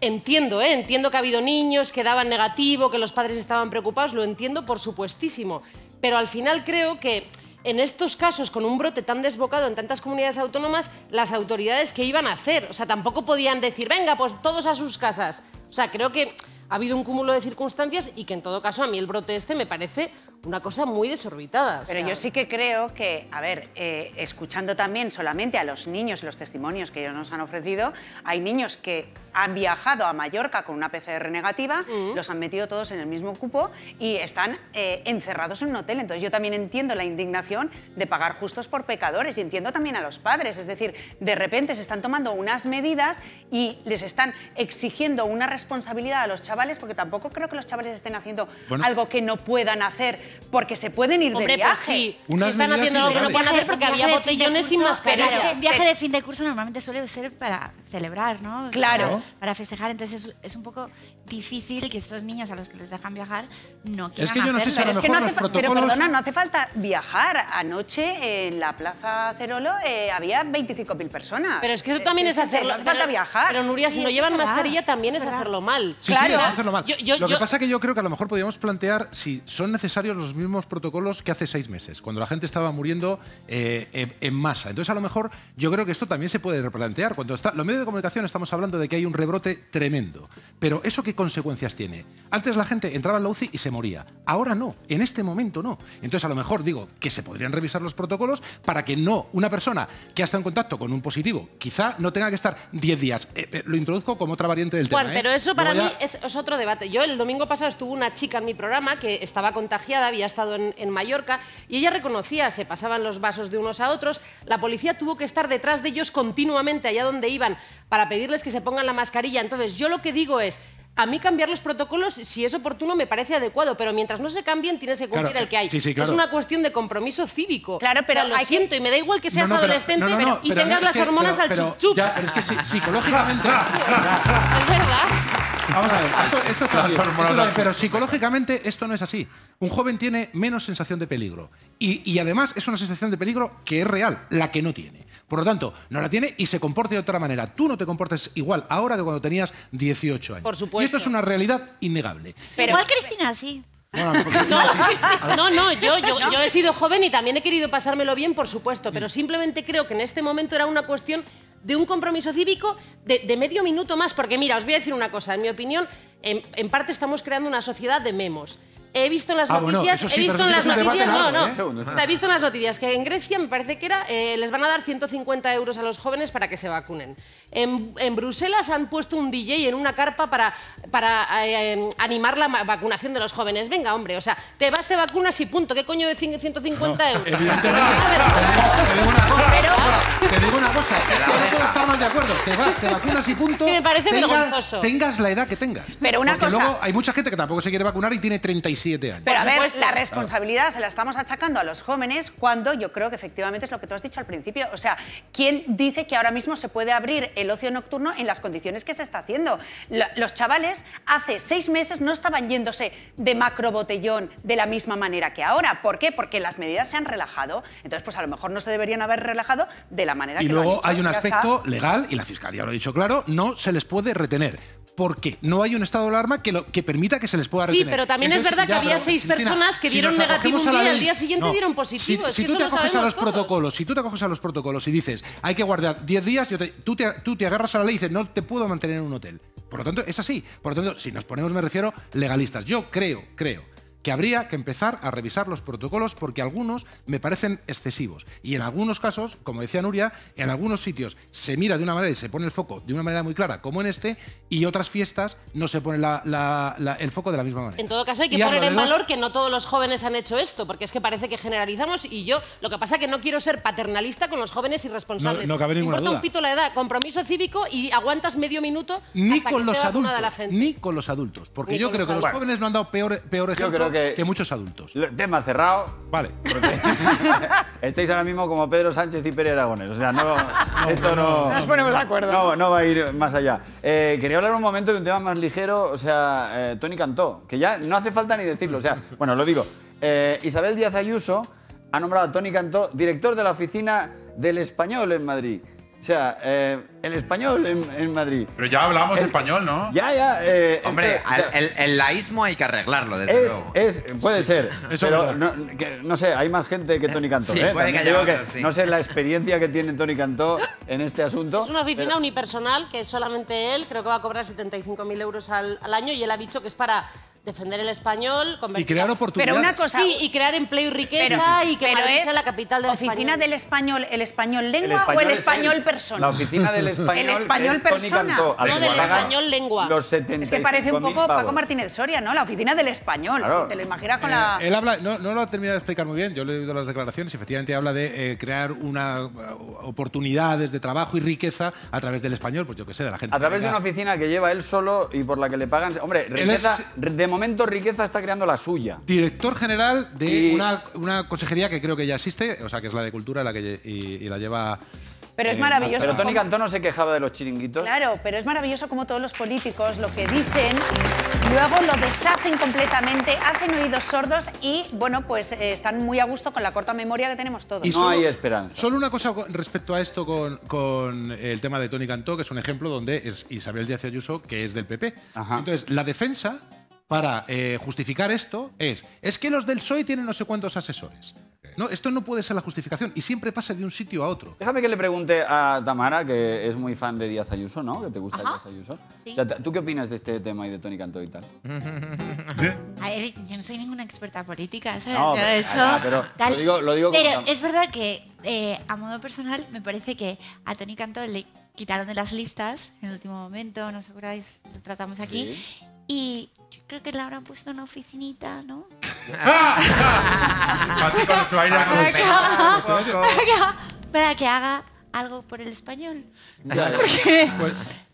[SPEAKER 11] Entiendo, ¿eh? entiendo que ha habido niños que daban negativo, que los padres estaban preocupados, lo entiendo por supuestísimo, pero al final creo que en estos casos, con un brote tan desbocado en tantas comunidades autónomas, las autoridades que iban a hacer, o sea, tampoco podían decir, venga, pues todos a sus casas. O sea, creo que ha habido un cúmulo de circunstancias y que en todo caso a mí el brote este me parece una cosa muy desorbitada. o
[SPEAKER 8] Pero
[SPEAKER 11] sea.
[SPEAKER 8] yo sí que creo que, a ver, eh, escuchando también solamente a los niños los testimonios que ellos nos han ofrecido, hay niños que han viajado a Mallorca con una PCR negativa, los han metido todos en el mismo cupo y están eh, encerrados en un hotel. Entonces yo también entiendo la indignación de pagar justos por pecadores y entiendo también a los padres. Es decir, de repente se están tomando unas medidas y les están exigiendo una responsabilidad a los chavales porque tampoco creo que los chavales estén haciendo
[SPEAKER 9] Bueno.
[SPEAKER 8] algo que no puedan hacer porque se pueden ir
[SPEAKER 11] Hombre, pues
[SPEAKER 8] de viaje.
[SPEAKER 11] sí.
[SPEAKER 9] Unas
[SPEAKER 11] Sí están
[SPEAKER 9] medidas
[SPEAKER 11] haciendo algo que no
[SPEAKER 9] ilegales.
[SPEAKER 11] pueden hacer porque había
[SPEAKER 10] Viaje de fin de
[SPEAKER 11] botellones sin
[SPEAKER 10] curso,
[SPEAKER 11] mascarilla.
[SPEAKER 10] claro, es que viaje de fin de curso normalmente suele ser para celebrar, ¿no?
[SPEAKER 8] Claro.
[SPEAKER 10] Para, para festejar, entonces es, es un poco difícil que estos niños a los que les dejan viajar no quieran
[SPEAKER 9] Es que yo no sé si a
[SPEAKER 10] hacerlo.
[SPEAKER 9] lo
[SPEAKER 8] Es que no
[SPEAKER 9] mejor los
[SPEAKER 8] hace fa- Pero
[SPEAKER 9] protocolos-
[SPEAKER 8] perdona, no hace falta viajar. Anoche en la Plaza Cerolo eh, había 25.000 personas. Eh,
[SPEAKER 11] Pero es que eso también es hacerlo.
[SPEAKER 8] No hace falta
[SPEAKER 11] pero-
[SPEAKER 8] viajar.
[SPEAKER 11] Pero Nuria, si
[SPEAKER 8] Sí,
[SPEAKER 11] no
[SPEAKER 8] es
[SPEAKER 11] llevan
[SPEAKER 8] verdad,
[SPEAKER 11] mascarilla también
[SPEAKER 8] es
[SPEAKER 11] es
[SPEAKER 8] verdad.
[SPEAKER 11] hacerlo mal.
[SPEAKER 9] Sí, sí,
[SPEAKER 8] Claro.
[SPEAKER 9] es hacerlo mal.
[SPEAKER 11] Yo- yo-
[SPEAKER 9] lo que
[SPEAKER 11] yo-
[SPEAKER 9] pasa que yo creo que a lo mejor podríamos plantear si son necesarios los mismos protocolos que hace seis meses, cuando la gente estaba muriendo eh, en, en masa. Entonces, a lo mejor yo creo que esto también se puede replantear. Cuando está, los medios de comunicación estamos hablando de que hay un rebrote tremendo. Pero ¿eso qué consecuencias tiene? Antes la gente entraba en la UCI y se moría. Ahora no, en este momento no. Entonces, a lo mejor digo que se podrían revisar los protocolos para que no una persona que ha estado en contacto con un positivo quizá no tenga que estar 10 días. Eh, eh, lo introduzco como otra variante del
[SPEAKER 11] Juan,
[SPEAKER 9] tema. ¿eh?
[SPEAKER 11] pero eso para
[SPEAKER 9] Luego
[SPEAKER 11] mí
[SPEAKER 9] ya-
[SPEAKER 11] es, es otro debate. Yo el domingo pasado estuvo una chica en mi programa que estaba contagiada, había estado en, en Mallorca y ella reconocía, se pasaban los vasos de unos a otros, la policía tuvo que estar detrás de ellos continuamente allá donde iban para pedirles que se pongan la mascarilla. Entonces yo lo que digo es... A mí cambiar los protocolos, si es oportuno, me parece adecuado, pero mientras no se cambien, tienes que cumplir
[SPEAKER 9] Claro,
[SPEAKER 11] el que hay.
[SPEAKER 9] sí, sí, claro.
[SPEAKER 11] Es una cuestión de compromiso cívico.
[SPEAKER 8] Claro,
[SPEAKER 11] O sea,
[SPEAKER 8] pero
[SPEAKER 11] lo
[SPEAKER 8] hay que-
[SPEAKER 11] siento, y me da igual que seas
[SPEAKER 9] No, no, pero-
[SPEAKER 11] adolescente
[SPEAKER 9] no, no, no,
[SPEAKER 11] pero- y
[SPEAKER 9] pero no,
[SPEAKER 11] tengas
[SPEAKER 9] es
[SPEAKER 11] las
[SPEAKER 9] que-
[SPEAKER 11] hormonas
[SPEAKER 9] pero- pero
[SPEAKER 11] al chup-chup.
[SPEAKER 9] ya, pero es que sí, psicológicamente.
[SPEAKER 11] Es verdad.
[SPEAKER 9] Vamos a ver, esto, esto está
[SPEAKER 2] Las
[SPEAKER 9] bien,
[SPEAKER 2] hormonas
[SPEAKER 9] esto está bien,
[SPEAKER 2] las-
[SPEAKER 9] pero psicológicamente esto no es así. Un joven tiene menos sensación de peligro. Y, y además es una sensación de peligro que es real, la que no tiene. Por lo tanto, no la tiene y se comporta de otra manera. Tú no te comportas igual ahora que cuando tenías 18 años.
[SPEAKER 11] Por supuesto.
[SPEAKER 9] Y esto es una realidad innegable.
[SPEAKER 8] Pero-
[SPEAKER 10] Igual Cristina, sí.
[SPEAKER 9] Bueno, porque-
[SPEAKER 11] No, no, yo, yo, yo he sido joven y también he querido pasármelo bien, por supuesto, pero simplemente creo que en este momento era una cuestión de un compromiso cívico de, de medio minuto más, porque mira, os voy a decir una cosa, en mi opinión, en, en parte estamos creando una sociedad de memos. He visto en las
[SPEAKER 9] Ah, bueno,
[SPEAKER 11] noticias,
[SPEAKER 9] eso sí,
[SPEAKER 11] he visto
[SPEAKER 9] pero
[SPEAKER 11] en las
[SPEAKER 9] eso es un debate
[SPEAKER 11] noticias, no,
[SPEAKER 9] largo,
[SPEAKER 11] no,
[SPEAKER 9] ¿eh?
[SPEAKER 3] Un segundo.
[SPEAKER 11] O sea, he visto en las noticias que en Grecia me parece que era eh, les van a dar 150 euros a los jóvenes para que se vacunen. En, en Bruselas han puesto un DJ en una carpa para, para eh, eh, animar la ma- vacunación de los jóvenes. Venga, hombre, o sea, te vas, te vacunas y punto. ¿Qué coño de cin- 150 euros?
[SPEAKER 9] Te digo una cosa, te digo una cosa, es que no puedo estar más de acuerdo. Te vas, te vacunas y punto.
[SPEAKER 11] Es que me parece
[SPEAKER 9] tengas,
[SPEAKER 11] vergonzoso.
[SPEAKER 9] Tengas la edad que tengas.
[SPEAKER 8] Pero una
[SPEAKER 9] Porque
[SPEAKER 8] cosa-
[SPEAKER 9] luego hay mucha gente que tampoco se quiere vacunar y tiene 37 años.
[SPEAKER 8] Pero a ver,
[SPEAKER 11] supuesto.
[SPEAKER 8] la responsabilidad se la estamos achacando a los jóvenes cuando yo creo que efectivamente es lo que tú has dicho al principio. O sea, ¿quién dice que ahora mismo se puede abrir el ocio nocturno en las condiciones que se está haciendo? La- Los chavales hace seis meses no estaban yéndose de macrobotellón de la misma manera que ahora. ¿Por qué? Porque las medidas se han relajado. Entonces, pues a lo mejor no se deberían haber relajado de la manera
[SPEAKER 9] Y
[SPEAKER 8] que lo
[SPEAKER 9] luego
[SPEAKER 8] han hecho.
[SPEAKER 9] hay un
[SPEAKER 8] Ya está.
[SPEAKER 9] aspecto legal, y la Fiscalía lo ha dicho claro, no se les puede retener. ¿Por qué? No hay un estado de alarma que, lo, que permita que se les pueda
[SPEAKER 11] Sí,
[SPEAKER 9] retener.
[SPEAKER 11] pero también es verdad que había seis personas que dieron
[SPEAKER 9] nos
[SPEAKER 11] negativo
[SPEAKER 9] acogemos
[SPEAKER 11] un
[SPEAKER 9] a la
[SPEAKER 11] día y al
[SPEAKER 9] ley-
[SPEAKER 11] día siguiente dieron positivo,
[SPEAKER 9] Si,
[SPEAKER 11] es
[SPEAKER 9] si
[SPEAKER 11] que
[SPEAKER 9] tú
[SPEAKER 11] eso
[SPEAKER 9] te
[SPEAKER 11] lo
[SPEAKER 9] acoges a
[SPEAKER 11] sabemos
[SPEAKER 9] los
[SPEAKER 11] todos.
[SPEAKER 9] protocolos, si tú te acoges a los protocolos y dices hay que guardar 10 días, yo te- tú, te, tú te agarras a la ley y dices no te puedo mantener en un hotel. Por lo tanto, es así. Por lo tanto, si nos ponemos, me refiero, legalistas. Yo creo, creo que habría que empezar a revisar los protocolos porque algunos me parecen excesivos. Y en algunos casos, como decía Nuria, en algunos sitios se mira de una manera y se pone el foco de una manera muy clara, como en este, y otras fiestas no se pone la- la- la- el foco de la misma manera.
[SPEAKER 11] En todo caso, hay que
[SPEAKER 9] Y hablo
[SPEAKER 11] poner
[SPEAKER 9] de
[SPEAKER 11] en
[SPEAKER 9] dos-
[SPEAKER 11] valor que no todos los jóvenes han hecho esto, porque es que parece que generalizamos y yo lo que pasa es que no quiero ser paternalista con los jóvenes irresponsables.
[SPEAKER 9] No- no cabe
[SPEAKER 11] Me
[SPEAKER 9] ninguna
[SPEAKER 11] importa
[SPEAKER 9] duda.
[SPEAKER 11] un pito la edad, compromiso cívico y aguantas medio minuto
[SPEAKER 9] ni
[SPEAKER 11] hasta
[SPEAKER 9] con
[SPEAKER 11] que
[SPEAKER 9] los
[SPEAKER 11] esté vacunada
[SPEAKER 9] adultos,
[SPEAKER 11] la gente.
[SPEAKER 9] ni con los adultos, porque
[SPEAKER 11] Ni
[SPEAKER 9] yo
[SPEAKER 11] con
[SPEAKER 9] creo
[SPEAKER 11] los
[SPEAKER 9] que los
[SPEAKER 11] adultos.
[SPEAKER 9] jóvenes no han dado peor, peor ejemplo
[SPEAKER 3] creo que-
[SPEAKER 9] que... muchos adultos.
[SPEAKER 3] Lo- Tema cerrado.
[SPEAKER 9] Vale.
[SPEAKER 3] Estáis ahora mismo como Pedro Sánchez y Pere Aragones. O sea, no, esto no.
[SPEAKER 8] Nos ponemos de acuerdo.
[SPEAKER 3] No, no va a ir más allá. Eh, quería hablar un momento de un tema más ligero. O sea, eh, Tony Cantó, que ya no hace falta ni decirlo. O sea, bueno, lo digo. Eh, Isabel Díaz Ayuso ha nombrado a Tony Cantó director de la oficina del español en Madrid. O sea, eh, el español en, en Madrid.
[SPEAKER 2] Pero ya hablamos
[SPEAKER 3] Es-
[SPEAKER 2] español, ¿no?
[SPEAKER 3] Ya, ya. eh,
[SPEAKER 1] Hombre,
[SPEAKER 3] este, o sea,
[SPEAKER 1] el, el- el laísmo hay que arreglarlo, desde
[SPEAKER 3] es,
[SPEAKER 1] luego.
[SPEAKER 3] es, puede ser,
[SPEAKER 9] eso
[SPEAKER 3] pero
[SPEAKER 9] es
[SPEAKER 3] no, que- no sé, hay más gente que Tony Cantó.
[SPEAKER 1] Sí,
[SPEAKER 3] ¿eh?
[SPEAKER 1] puede que
[SPEAKER 3] También
[SPEAKER 1] haya
[SPEAKER 3] digo que
[SPEAKER 1] otros, sí.
[SPEAKER 3] No sé la experiencia que tiene Tony Cantó en este asunto.
[SPEAKER 11] Es una oficina unipersonal que solamente él, creo que va a cobrar 75.000 euros al, al año y él ha dicho que es para defender el español,
[SPEAKER 9] Y
[SPEAKER 11] convertir-
[SPEAKER 9] crear oportunidades.
[SPEAKER 8] Pero una cosa.
[SPEAKER 11] Sí, y crear empleo y riqueza y que Madrid sea la capital del
[SPEAKER 8] oficina
[SPEAKER 11] español.
[SPEAKER 8] del español, el español
[SPEAKER 3] El
[SPEAKER 8] lengua o el
[SPEAKER 3] es
[SPEAKER 8] español
[SPEAKER 3] él.
[SPEAKER 8] persona.
[SPEAKER 3] La oficina del español,
[SPEAKER 8] español
[SPEAKER 3] es Tony
[SPEAKER 8] persona.
[SPEAKER 3] Cantó, al
[SPEAKER 11] No,
[SPEAKER 3] que
[SPEAKER 11] del
[SPEAKER 3] le pagan
[SPEAKER 11] español lengua.
[SPEAKER 3] Los
[SPEAKER 8] Es que parece un
[SPEAKER 3] 75.000
[SPEAKER 8] poco Paco
[SPEAKER 3] pavos.
[SPEAKER 8] Martínez Soria, ¿no? La oficina del español.
[SPEAKER 3] Claro.
[SPEAKER 8] Te lo imaginas con la.
[SPEAKER 9] Eh, él habla, no, no lo ha terminado de explicar muy bien, yo le he oído las declaraciones, y efectivamente habla de eh, crear una, uh, oportunidades de trabajo y riqueza a través del español, pues yo que sé, de la gente.
[SPEAKER 3] A través
[SPEAKER 9] que
[SPEAKER 3] de una
[SPEAKER 9] tenga-
[SPEAKER 3] oficina que lleva él solo y por la que le pagan. Hombre,
[SPEAKER 9] Él
[SPEAKER 3] riqueza, de momento riqueza está creando la suya.
[SPEAKER 9] Director general de
[SPEAKER 3] Y-
[SPEAKER 9] una, una consejería que creo que ya existe, o sea, que es la de cultura la que, lle- y, y la lleva...
[SPEAKER 8] Pero es
[SPEAKER 9] eh,
[SPEAKER 8] maravilloso.
[SPEAKER 3] Pero Tony
[SPEAKER 8] cómo-
[SPEAKER 3] Cantó no se quejaba de los chiringuitos.
[SPEAKER 8] Claro, pero es maravilloso como todos los políticos lo que dicen, luego lo deshacen completamente, hacen oídos sordos y, bueno, pues eh, están muy a gusto con la corta memoria que tenemos todos.
[SPEAKER 9] Y
[SPEAKER 3] No hay esperanza.
[SPEAKER 9] Solo una cosa con- respecto a esto con, con el tema de Tony Cantó, que es un ejemplo donde es Isabel Díaz Ayuso, que es del PP.
[SPEAKER 3] Ajá.
[SPEAKER 9] Entonces, la defensa para eh, justificar esto es, es que los del PSOE E tienen no sé cuántos asesores. No, esto no puede ser la justificación y siempre pasa de un sitio a otro.
[SPEAKER 3] Déjame que le pregunte a Tamara, que es muy fan de Díaz Ayuso, ¿no? Que te gusta Díaz Ayuso. O sea, ¿Tú qué opinas de este tema y de Tony Cantó y tal?
[SPEAKER 10] A ver, yo no soy ninguna experta política, ¿sabes?
[SPEAKER 3] No,
[SPEAKER 10] Yo
[SPEAKER 3] pero-
[SPEAKER 10] eso,
[SPEAKER 3] ah, pero
[SPEAKER 10] tal.
[SPEAKER 3] lo digo- lo digo como
[SPEAKER 10] Pero
[SPEAKER 3] tam-
[SPEAKER 10] es verdad que, eh, a modo personal, me parece que a Tony Cantó le quitaron de las listas en el último momento, ¿no os acordáis? Lo tratamos aquí. Y yo creo que le habrán puesto una oficinita, ¿no?
[SPEAKER 2] Así con su
[SPEAKER 9] Ah,
[SPEAKER 2] aire
[SPEAKER 10] Para que haga-
[SPEAKER 2] acondicionado.
[SPEAKER 10] para que haga- para que haga algo por el español. Porque-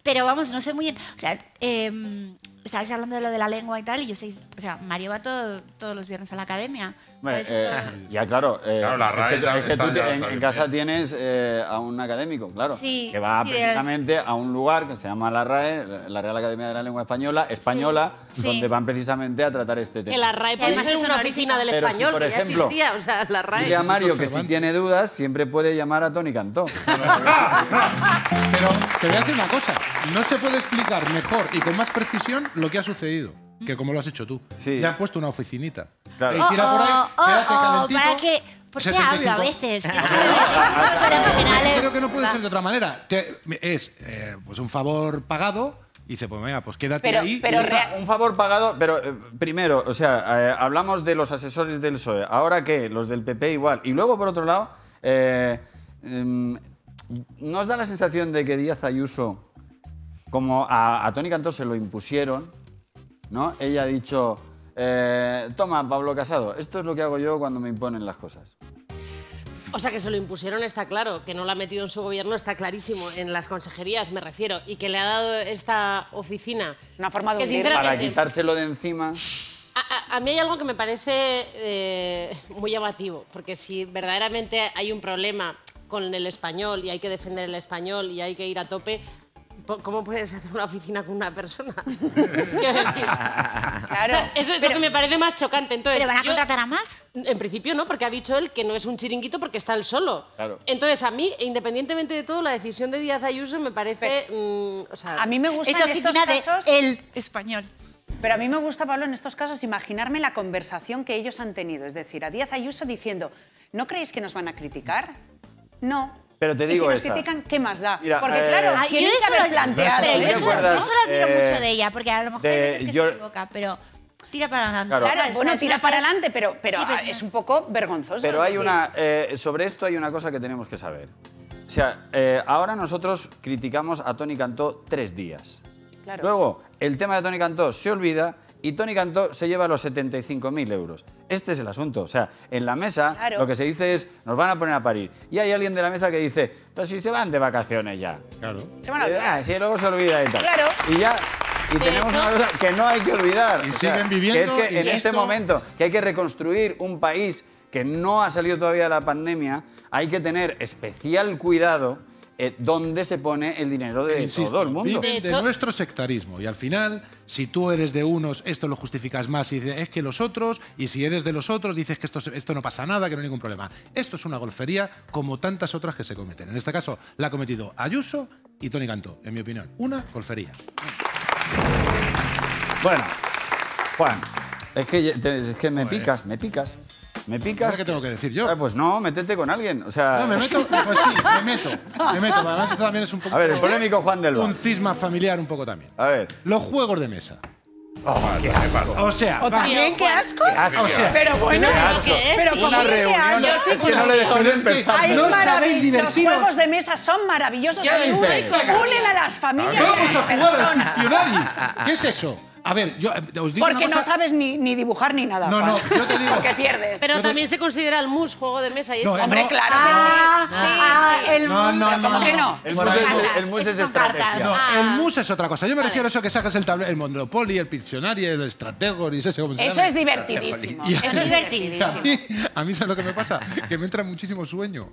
[SPEAKER 10] Pero vamos, no sé muy bien. O sea, em, estabais hablando de lo de la lengua y tal, y yo sé, o sea, Mario va todo- todos los viernes a la academia.
[SPEAKER 3] Hombre,
[SPEAKER 10] Entonces,
[SPEAKER 3] eh, ya, claro. eh,
[SPEAKER 2] Claro, la
[SPEAKER 3] es
[SPEAKER 2] RAE
[SPEAKER 3] que tú-
[SPEAKER 2] está-
[SPEAKER 3] es que tú
[SPEAKER 2] está
[SPEAKER 3] te-
[SPEAKER 2] ya-
[SPEAKER 3] en,
[SPEAKER 2] está
[SPEAKER 3] en
[SPEAKER 2] bien.
[SPEAKER 3] casa tienes eh, a un académico, claro.
[SPEAKER 10] Sí,
[SPEAKER 3] que va
[SPEAKER 10] sí,
[SPEAKER 3] precisamente a un lugar que se llama la RAE, la Real Academia de la Lengua Española, Española,
[SPEAKER 10] Sí.
[SPEAKER 3] donde
[SPEAKER 10] Sí.
[SPEAKER 3] van precisamente a tratar este tema.
[SPEAKER 11] Que la RAE
[SPEAKER 10] Que
[SPEAKER 11] puede
[SPEAKER 10] además
[SPEAKER 11] ser
[SPEAKER 10] es
[SPEAKER 11] una
[SPEAKER 10] honorífico.
[SPEAKER 11] oficina del
[SPEAKER 3] Pero si,
[SPEAKER 11] español,
[SPEAKER 3] por
[SPEAKER 11] que ya
[SPEAKER 3] ejemplo,
[SPEAKER 11] existía, o sea, la RAE.
[SPEAKER 3] Dile a Mario que si tiene dudas siempre puede llamar a Tony Cantó.
[SPEAKER 9] Pero te voy a decir una cosa. No se puede explicar mejor y con más precisión lo que ha sucedido que como lo has hecho tú.
[SPEAKER 3] Sí.
[SPEAKER 9] Ya has puesto una oficinita.
[SPEAKER 3] Claro.
[SPEAKER 9] Y tira por ahí,
[SPEAKER 10] oh, oh,
[SPEAKER 9] quédate
[SPEAKER 10] oh,
[SPEAKER 9] calentito.
[SPEAKER 10] para que. ¿Por qué hablo a
[SPEAKER 9] 75.
[SPEAKER 10] veces? Que hablo a veces, pero
[SPEAKER 9] Ah,
[SPEAKER 10] al final es-
[SPEAKER 9] Creo que no puede ser de otra manera. Te- es eh, pues un favor pagado y dice, pues venga, pues quédate
[SPEAKER 8] Pero-
[SPEAKER 9] ahí.
[SPEAKER 8] pero
[SPEAKER 9] y ya está.
[SPEAKER 8] real-
[SPEAKER 3] Un favor pagado, pero eh, primero, o sea, eh, hablamos de los asesores del PSOE, ahora que los del PP igual. Y luego, por otro lado, eh, em, ¿no os da la sensación de que Díaz Ayuso, como a, a Tony Cantó se lo impusieron, ¿no? Ella ha dicho, eh, toma, Pablo Casado, esto es lo que hago yo cuando me imponen las cosas.
[SPEAKER 11] O sea, que se lo impusieron, está claro. Que no la ha metido en su gobierno, está clarísimo. En las consejerías, me refiero. Y que le ha dado esta oficina.
[SPEAKER 8] Una forma de
[SPEAKER 11] Que
[SPEAKER 8] hundirlo.
[SPEAKER 11] sinceramente-
[SPEAKER 3] Para quitárselo de encima.
[SPEAKER 11] A, a- a mí hay algo que me parece eh, muy llamativo, porque si verdaderamente hay un problema con el español y hay que defender el español y hay que ir a tope, po- ¿cómo puedes hacer una oficina con una persona? Quiero decir, o
[SPEAKER 8] Claro.
[SPEAKER 11] sea, eso es lo que me parece más chocante. Entonces,
[SPEAKER 10] ¿Pero van a
[SPEAKER 11] yo-
[SPEAKER 10] contratar a más?
[SPEAKER 11] en principio no, porque ha dicho él que no es un chiringuito porque está él solo.
[SPEAKER 3] Claro.
[SPEAKER 11] Entonces, a mí, e independientemente de todo, la decisión de Díaz Ayuso me parece... mm, o sea,
[SPEAKER 8] A mí me gusta
[SPEAKER 10] Es
[SPEAKER 8] en estos
[SPEAKER 10] oficina de
[SPEAKER 8] casos...
[SPEAKER 10] el español.
[SPEAKER 8] Pero a mí me gusta, Pablo, en estos casos imaginarme la conversación que ellos han tenido. Es decir, a Díaz Ayuso diciendo, ¿no creéis que nos van a criticar? No.
[SPEAKER 3] Pero te
[SPEAKER 8] Y
[SPEAKER 3] digo
[SPEAKER 8] si
[SPEAKER 3] esa.
[SPEAKER 8] nos critican, ¿qué más da?
[SPEAKER 3] Mira,
[SPEAKER 8] Porque
[SPEAKER 3] eh,
[SPEAKER 8] claro,
[SPEAKER 10] Ah, yo
[SPEAKER 8] tienen que
[SPEAKER 10] eso
[SPEAKER 8] haber
[SPEAKER 10] lo-
[SPEAKER 8] planteado
[SPEAKER 10] pero yo
[SPEAKER 3] ¿Te
[SPEAKER 8] eso,
[SPEAKER 10] eso,
[SPEAKER 3] acuerdas,
[SPEAKER 10] yo eso lo admiro
[SPEAKER 3] eh,
[SPEAKER 10] mucho de ella, porque a lo mejor
[SPEAKER 3] de
[SPEAKER 10] hay veces que
[SPEAKER 3] George-
[SPEAKER 10] se equivoca, pero tira para adelante.
[SPEAKER 3] Claro.
[SPEAKER 8] Claro,
[SPEAKER 10] es
[SPEAKER 8] bueno,
[SPEAKER 10] una- es
[SPEAKER 8] tira
[SPEAKER 10] una
[SPEAKER 8] para
[SPEAKER 10] tía-
[SPEAKER 8] adelante, pero, pero
[SPEAKER 10] Sí, pues, pero
[SPEAKER 8] ah,
[SPEAKER 10] es una-
[SPEAKER 8] es un poco vergonzoso.
[SPEAKER 3] Pero hay
[SPEAKER 8] es
[SPEAKER 3] una. eh, sobre esto hay una cosa que tenemos que saber. O sea, eh, ahora nosotros criticamos a Tony Cantó tres días.
[SPEAKER 8] decir, claro.
[SPEAKER 3] Luego, el tema de Tony Cantó se olvida y Tony Cantó se lleva los 75.000 euros. Este es el asunto. O sea, en la mesa
[SPEAKER 8] Claro.
[SPEAKER 3] lo que se dice es, nos van a poner a parir. Y hay alguien de la mesa que dice, pero si se van de vacaciones ya.
[SPEAKER 8] Se van a olvidar.
[SPEAKER 3] Ah, sí, luego se olvida y tal.
[SPEAKER 8] Claro.
[SPEAKER 3] Y ya. Y tenemos una cosa que no hay que olvidar.
[SPEAKER 9] Y
[SPEAKER 3] O
[SPEAKER 9] siguen viviendo,
[SPEAKER 3] Que es que en
[SPEAKER 9] insisto.
[SPEAKER 3] este momento que hay que reconstruir un país que no ha salido todavía de la pandemia, hay que tener especial cuidado eh, dónde se pone el dinero de
[SPEAKER 9] Insisto,
[SPEAKER 3] todo el mundo.
[SPEAKER 9] viven de
[SPEAKER 11] De hecho-
[SPEAKER 9] nuestro sectarismo. Y al final, si tú eres de unos, esto lo justificas más y dices, es que los otros. Y si eres de los otros, dices que esto, se- esto no pasa nada, que no hay ningún problema. Esto es una golfería como tantas otras que se cometen. En este caso, la ha cometido Ayuso y Tony Cantó, en mi opinión. Una golfería.
[SPEAKER 3] Bueno, Juan, es que, ya- te- es que me picas, me picas. Me picas.
[SPEAKER 9] Ahora, ¿qué tengo que decir yo?
[SPEAKER 3] Ah, pues no, métete con alguien. O sea,
[SPEAKER 9] No, me meto, pues sí, me meto. Me meto. Además, esto también es un poco.
[SPEAKER 3] A ver, el polémico Juan del Val.
[SPEAKER 9] Un cisma familiar un poco también.
[SPEAKER 3] a ver.
[SPEAKER 9] Los juegos de mesa. Ah,
[SPEAKER 3] Oh, qué asco.
[SPEAKER 9] O sea,
[SPEAKER 11] Tío,
[SPEAKER 8] También, qué
[SPEAKER 11] Juan.
[SPEAKER 8] asco.
[SPEAKER 3] asco.
[SPEAKER 9] o sea,
[SPEAKER 8] Pero bueno,
[SPEAKER 3] Qué asco.
[SPEAKER 11] que es,
[SPEAKER 8] pero
[SPEAKER 11] sí.
[SPEAKER 8] como
[SPEAKER 3] Una
[SPEAKER 8] dice
[SPEAKER 3] reunión.
[SPEAKER 8] Aldo,
[SPEAKER 3] Es que no le dejo ni
[SPEAKER 9] Pero es que-
[SPEAKER 3] empezar.
[SPEAKER 8] Ay,
[SPEAKER 9] No
[SPEAKER 8] es
[SPEAKER 9] sabéis
[SPEAKER 8] maravilloso.
[SPEAKER 9] divertiros.
[SPEAKER 8] Los juegos de mesa son maravillosos
[SPEAKER 3] ¿Qué
[SPEAKER 8] y
[SPEAKER 3] dices?
[SPEAKER 8] únicos, unen a las familias y
[SPEAKER 9] Vamos
[SPEAKER 8] a
[SPEAKER 9] a
[SPEAKER 8] las
[SPEAKER 9] jugar al
[SPEAKER 8] personas.
[SPEAKER 9] Pictionary. ¿Qué es eso? A ver, yo eh, os digo
[SPEAKER 8] Porque
[SPEAKER 9] una
[SPEAKER 8] no
[SPEAKER 9] cosa.
[SPEAKER 8] sabes ni, ni dibujar ni nada.
[SPEAKER 9] No, no,
[SPEAKER 8] Juan.
[SPEAKER 9] yo te digo.
[SPEAKER 8] Porque pierdes.
[SPEAKER 11] Pero también se considera el mus juego de mesa y
[SPEAKER 9] No,
[SPEAKER 11] es...
[SPEAKER 9] eh,
[SPEAKER 8] Hombre,
[SPEAKER 9] no.
[SPEAKER 8] claro
[SPEAKER 10] Ah,
[SPEAKER 8] que sí. Sí,
[SPEAKER 10] ah,
[SPEAKER 8] sí.
[SPEAKER 10] el
[SPEAKER 9] No, no,
[SPEAKER 8] ¿Pero
[SPEAKER 9] no.
[SPEAKER 8] ¿Cómo que no?
[SPEAKER 3] El
[SPEAKER 10] Son
[SPEAKER 3] mus es-
[SPEAKER 10] cartas,
[SPEAKER 3] el mus
[SPEAKER 10] esas
[SPEAKER 3] es
[SPEAKER 10] son
[SPEAKER 3] estrategia.
[SPEAKER 10] cartas.
[SPEAKER 9] No,
[SPEAKER 10] Ah.
[SPEAKER 9] el mus es otra cosa. Yo me refiero a eso que sacas el, tablero, el Monopoly, el Pictionary, el Strategories, ese como se
[SPEAKER 8] Eso
[SPEAKER 9] llama.
[SPEAKER 8] es divertidísimo.
[SPEAKER 9] Y-
[SPEAKER 8] Eso es
[SPEAKER 9] A
[SPEAKER 8] divertidísimo.
[SPEAKER 9] mí, a mí, ¿sabes lo que me pasa? Que me entra muchísimo sueño.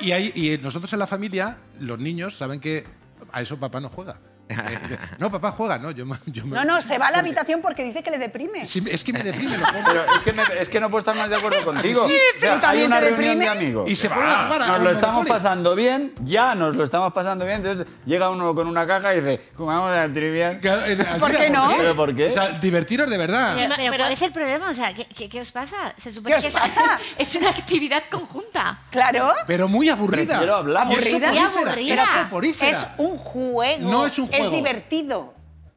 [SPEAKER 9] Y, y ahí- y nosotros en la familia, los niños saben que a eso papá no juega. Eh, dice, No, papá juega, no. Yo, me- yo me-
[SPEAKER 8] No, no, se va a la
[SPEAKER 9] Porque-
[SPEAKER 8] habitación porque dice que le deprime.
[SPEAKER 9] Sí, es que me deprime los juegos.
[SPEAKER 3] Pero es que, me- es que no puedo estar más de acuerdo contigo. O sea, hay
[SPEAKER 8] también
[SPEAKER 3] una
[SPEAKER 8] te
[SPEAKER 3] reunión de
[SPEAKER 8] deprimes.
[SPEAKER 3] amigos.
[SPEAKER 9] Y se pone a jugar a
[SPEAKER 3] Nos lo
[SPEAKER 9] un
[SPEAKER 3] estamos
[SPEAKER 9] Monopoly.
[SPEAKER 3] pasando bien, ya nos lo estamos pasando bien. Entonces llega uno con una caja y dice, comamos la trivial.
[SPEAKER 9] Claro, eh,
[SPEAKER 8] ¿Por qué no?
[SPEAKER 3] ¿Pero por qué?
[SPEAKER 9] O sea, divertiros de verdad.
[SPEAKER 10] Pero, pero
[SPEAKER 11] Pero-
[SPEAKER 10] ¿cuál es el problema? O sea, ¿qué, qué, qué os pasa? Se supone
[SPEAKER 8] Ah. ¿Qué os
[SPEAKER 10] que es-
[SPEAKER 8] pasa?
[SPEAKER 10] Es, una actividad conjunta.
[SPEAKER 8] Claro.
[SPEAKER 9] Pero muy aburrida.
[SPEAKER 3] Prefiero hablar.
[SPEAKER 9] Y es
[SPEAKER 8] Aburrida.
[SPEAKER 9] soporífera,
[SPEAKER 10] Muy aburrida.
[SPEAKER 9] Es soporífera.
[SPEAKER 8] Es un juego.
[SPEAKER 9] No es un juego.
[SPEAKER 8] Es divertido.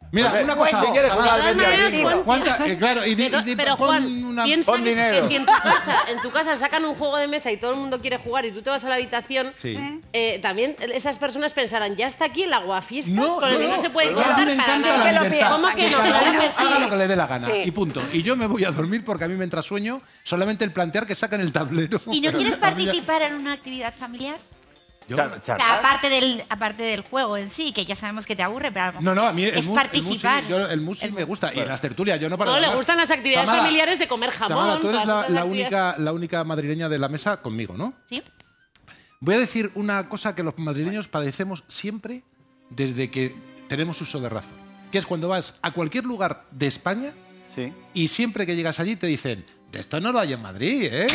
[SPEAKER 9] Mira,
[SPEAKER 3] Porque-
[SPEAKER 9] una cosa.
[SPEAKER 3] Si quieres
[SPEAKER 9] Ojalá.
[SPEAKER 3] jugar,
[SPEAKER 11] De todas
[SPEAKER 3] vete al
[SPEAKER 11] maneras,
[SPEAKER 3] bingo.
[SPEAKER 11] Juan-
[SPEAKER 9] ¿Cuánta- eh, claro, y di-
[SPEAKER 11] De to-
[SPEAKER 9] y di-
[SPEAKER 11] pero
[SPEAKER 9] pon
[SPEAKER 11] Juan,
[SPEAKER 9] una-
[SPEAKER 11] piensa
[SPEAKER 3] Pon
[SPEAKER 11] que-
[SPEAKER 3] dinero.
[SPEAKER 11] que si en tu, casa, en tu casa sacan un juego de mesa y todo el mundo quiere jugar y tú te vas a la habitación,
[SPEAKER 9] Sí.
[SPEAKER 11] eh, también esas personas pensarán, ya está aquí el aguafiestas
[SPEAKER 9] No,
[SPEAKER 11] Pues con el que
[SPEAKER 9] no,
[SPEAKER 11] no se puede
[SPEAKER 9] pero a mí
[SPEAKER 11] contar
[SPEAKER 9] me
[SPEAKER 11] para
[SPEAKER 9] encanta
[SPEAKER 11] nada.
[SPEAKER 9] la libertad.
[SPEAKER 11] ¿Cómo que no?
[SPEAKER 9] Cada
[SPEAKER 11] Claro
[SPEAKER 9] uno
[SPEAKER 11] que sí.
[SPEAKER 9] haga lo que le dé la gana
[SPEAKER 11] Sí.
[SPEAKER 9] y punto. Y yo me voy a dormir porque a mí mientras sueño solamente el plantear que sacan el tablero.
[SPEAKER 10] ¿Y no quieres
[SPEAKER 9] A mí ya-
[SPEAKER 10] participar en una actividad familiar?
[SPEAKER 9] Yo-
[SPEAKER 3] Char-
[SPEAKER 10] O
[SPEAKER 3] char-
[SPEAKER 10] sea, aparte del, aparte del juego en sí, que ya sabemos que te aburre, pero a lo mejor
[SPEAKER 9] No, no, a mí el
[SPEAKER 10] es
[SPEAKER 9] mus- el mus sí,
[SPEAKER 10] participar.
[SPEAKER 9] yo- el mus sí me gusta y las tertulias, yo no para.
[SPEAKER 11] No,
[SPEAKER 9] de
[SPEAKER 11] le
[SPEAKER 9] hablar.
[SPEAKER 11] gustan las actividades
[SPEAKER 9] Tamara,
[SPEAKER 11] familiares de comer jamón.
[SPEAKER 9] Tamara, tú eres
[SPEAKER 11] todas
[SPEAKER 9] la,
[SPEAKER 11] esas
[SPEAKER 9] la
[SPEAKER 11] actividades.
[SPEAKER 9] única, la única madrileña de la mesa conmigo, ¿no?
[SPEAKER 10] ¿Sí?
[SPEAKER 9] Voy a decir una cosa que los madrileños padecemos siempre desde que tenemos uso de razón, que es cuando vas a cualquier lugar de España
[SPEAKER 3] Sí.
[SPEAKER 9] y siempre que llegas allí te dicen, de esto no lo hay en Madrid, ¿eh?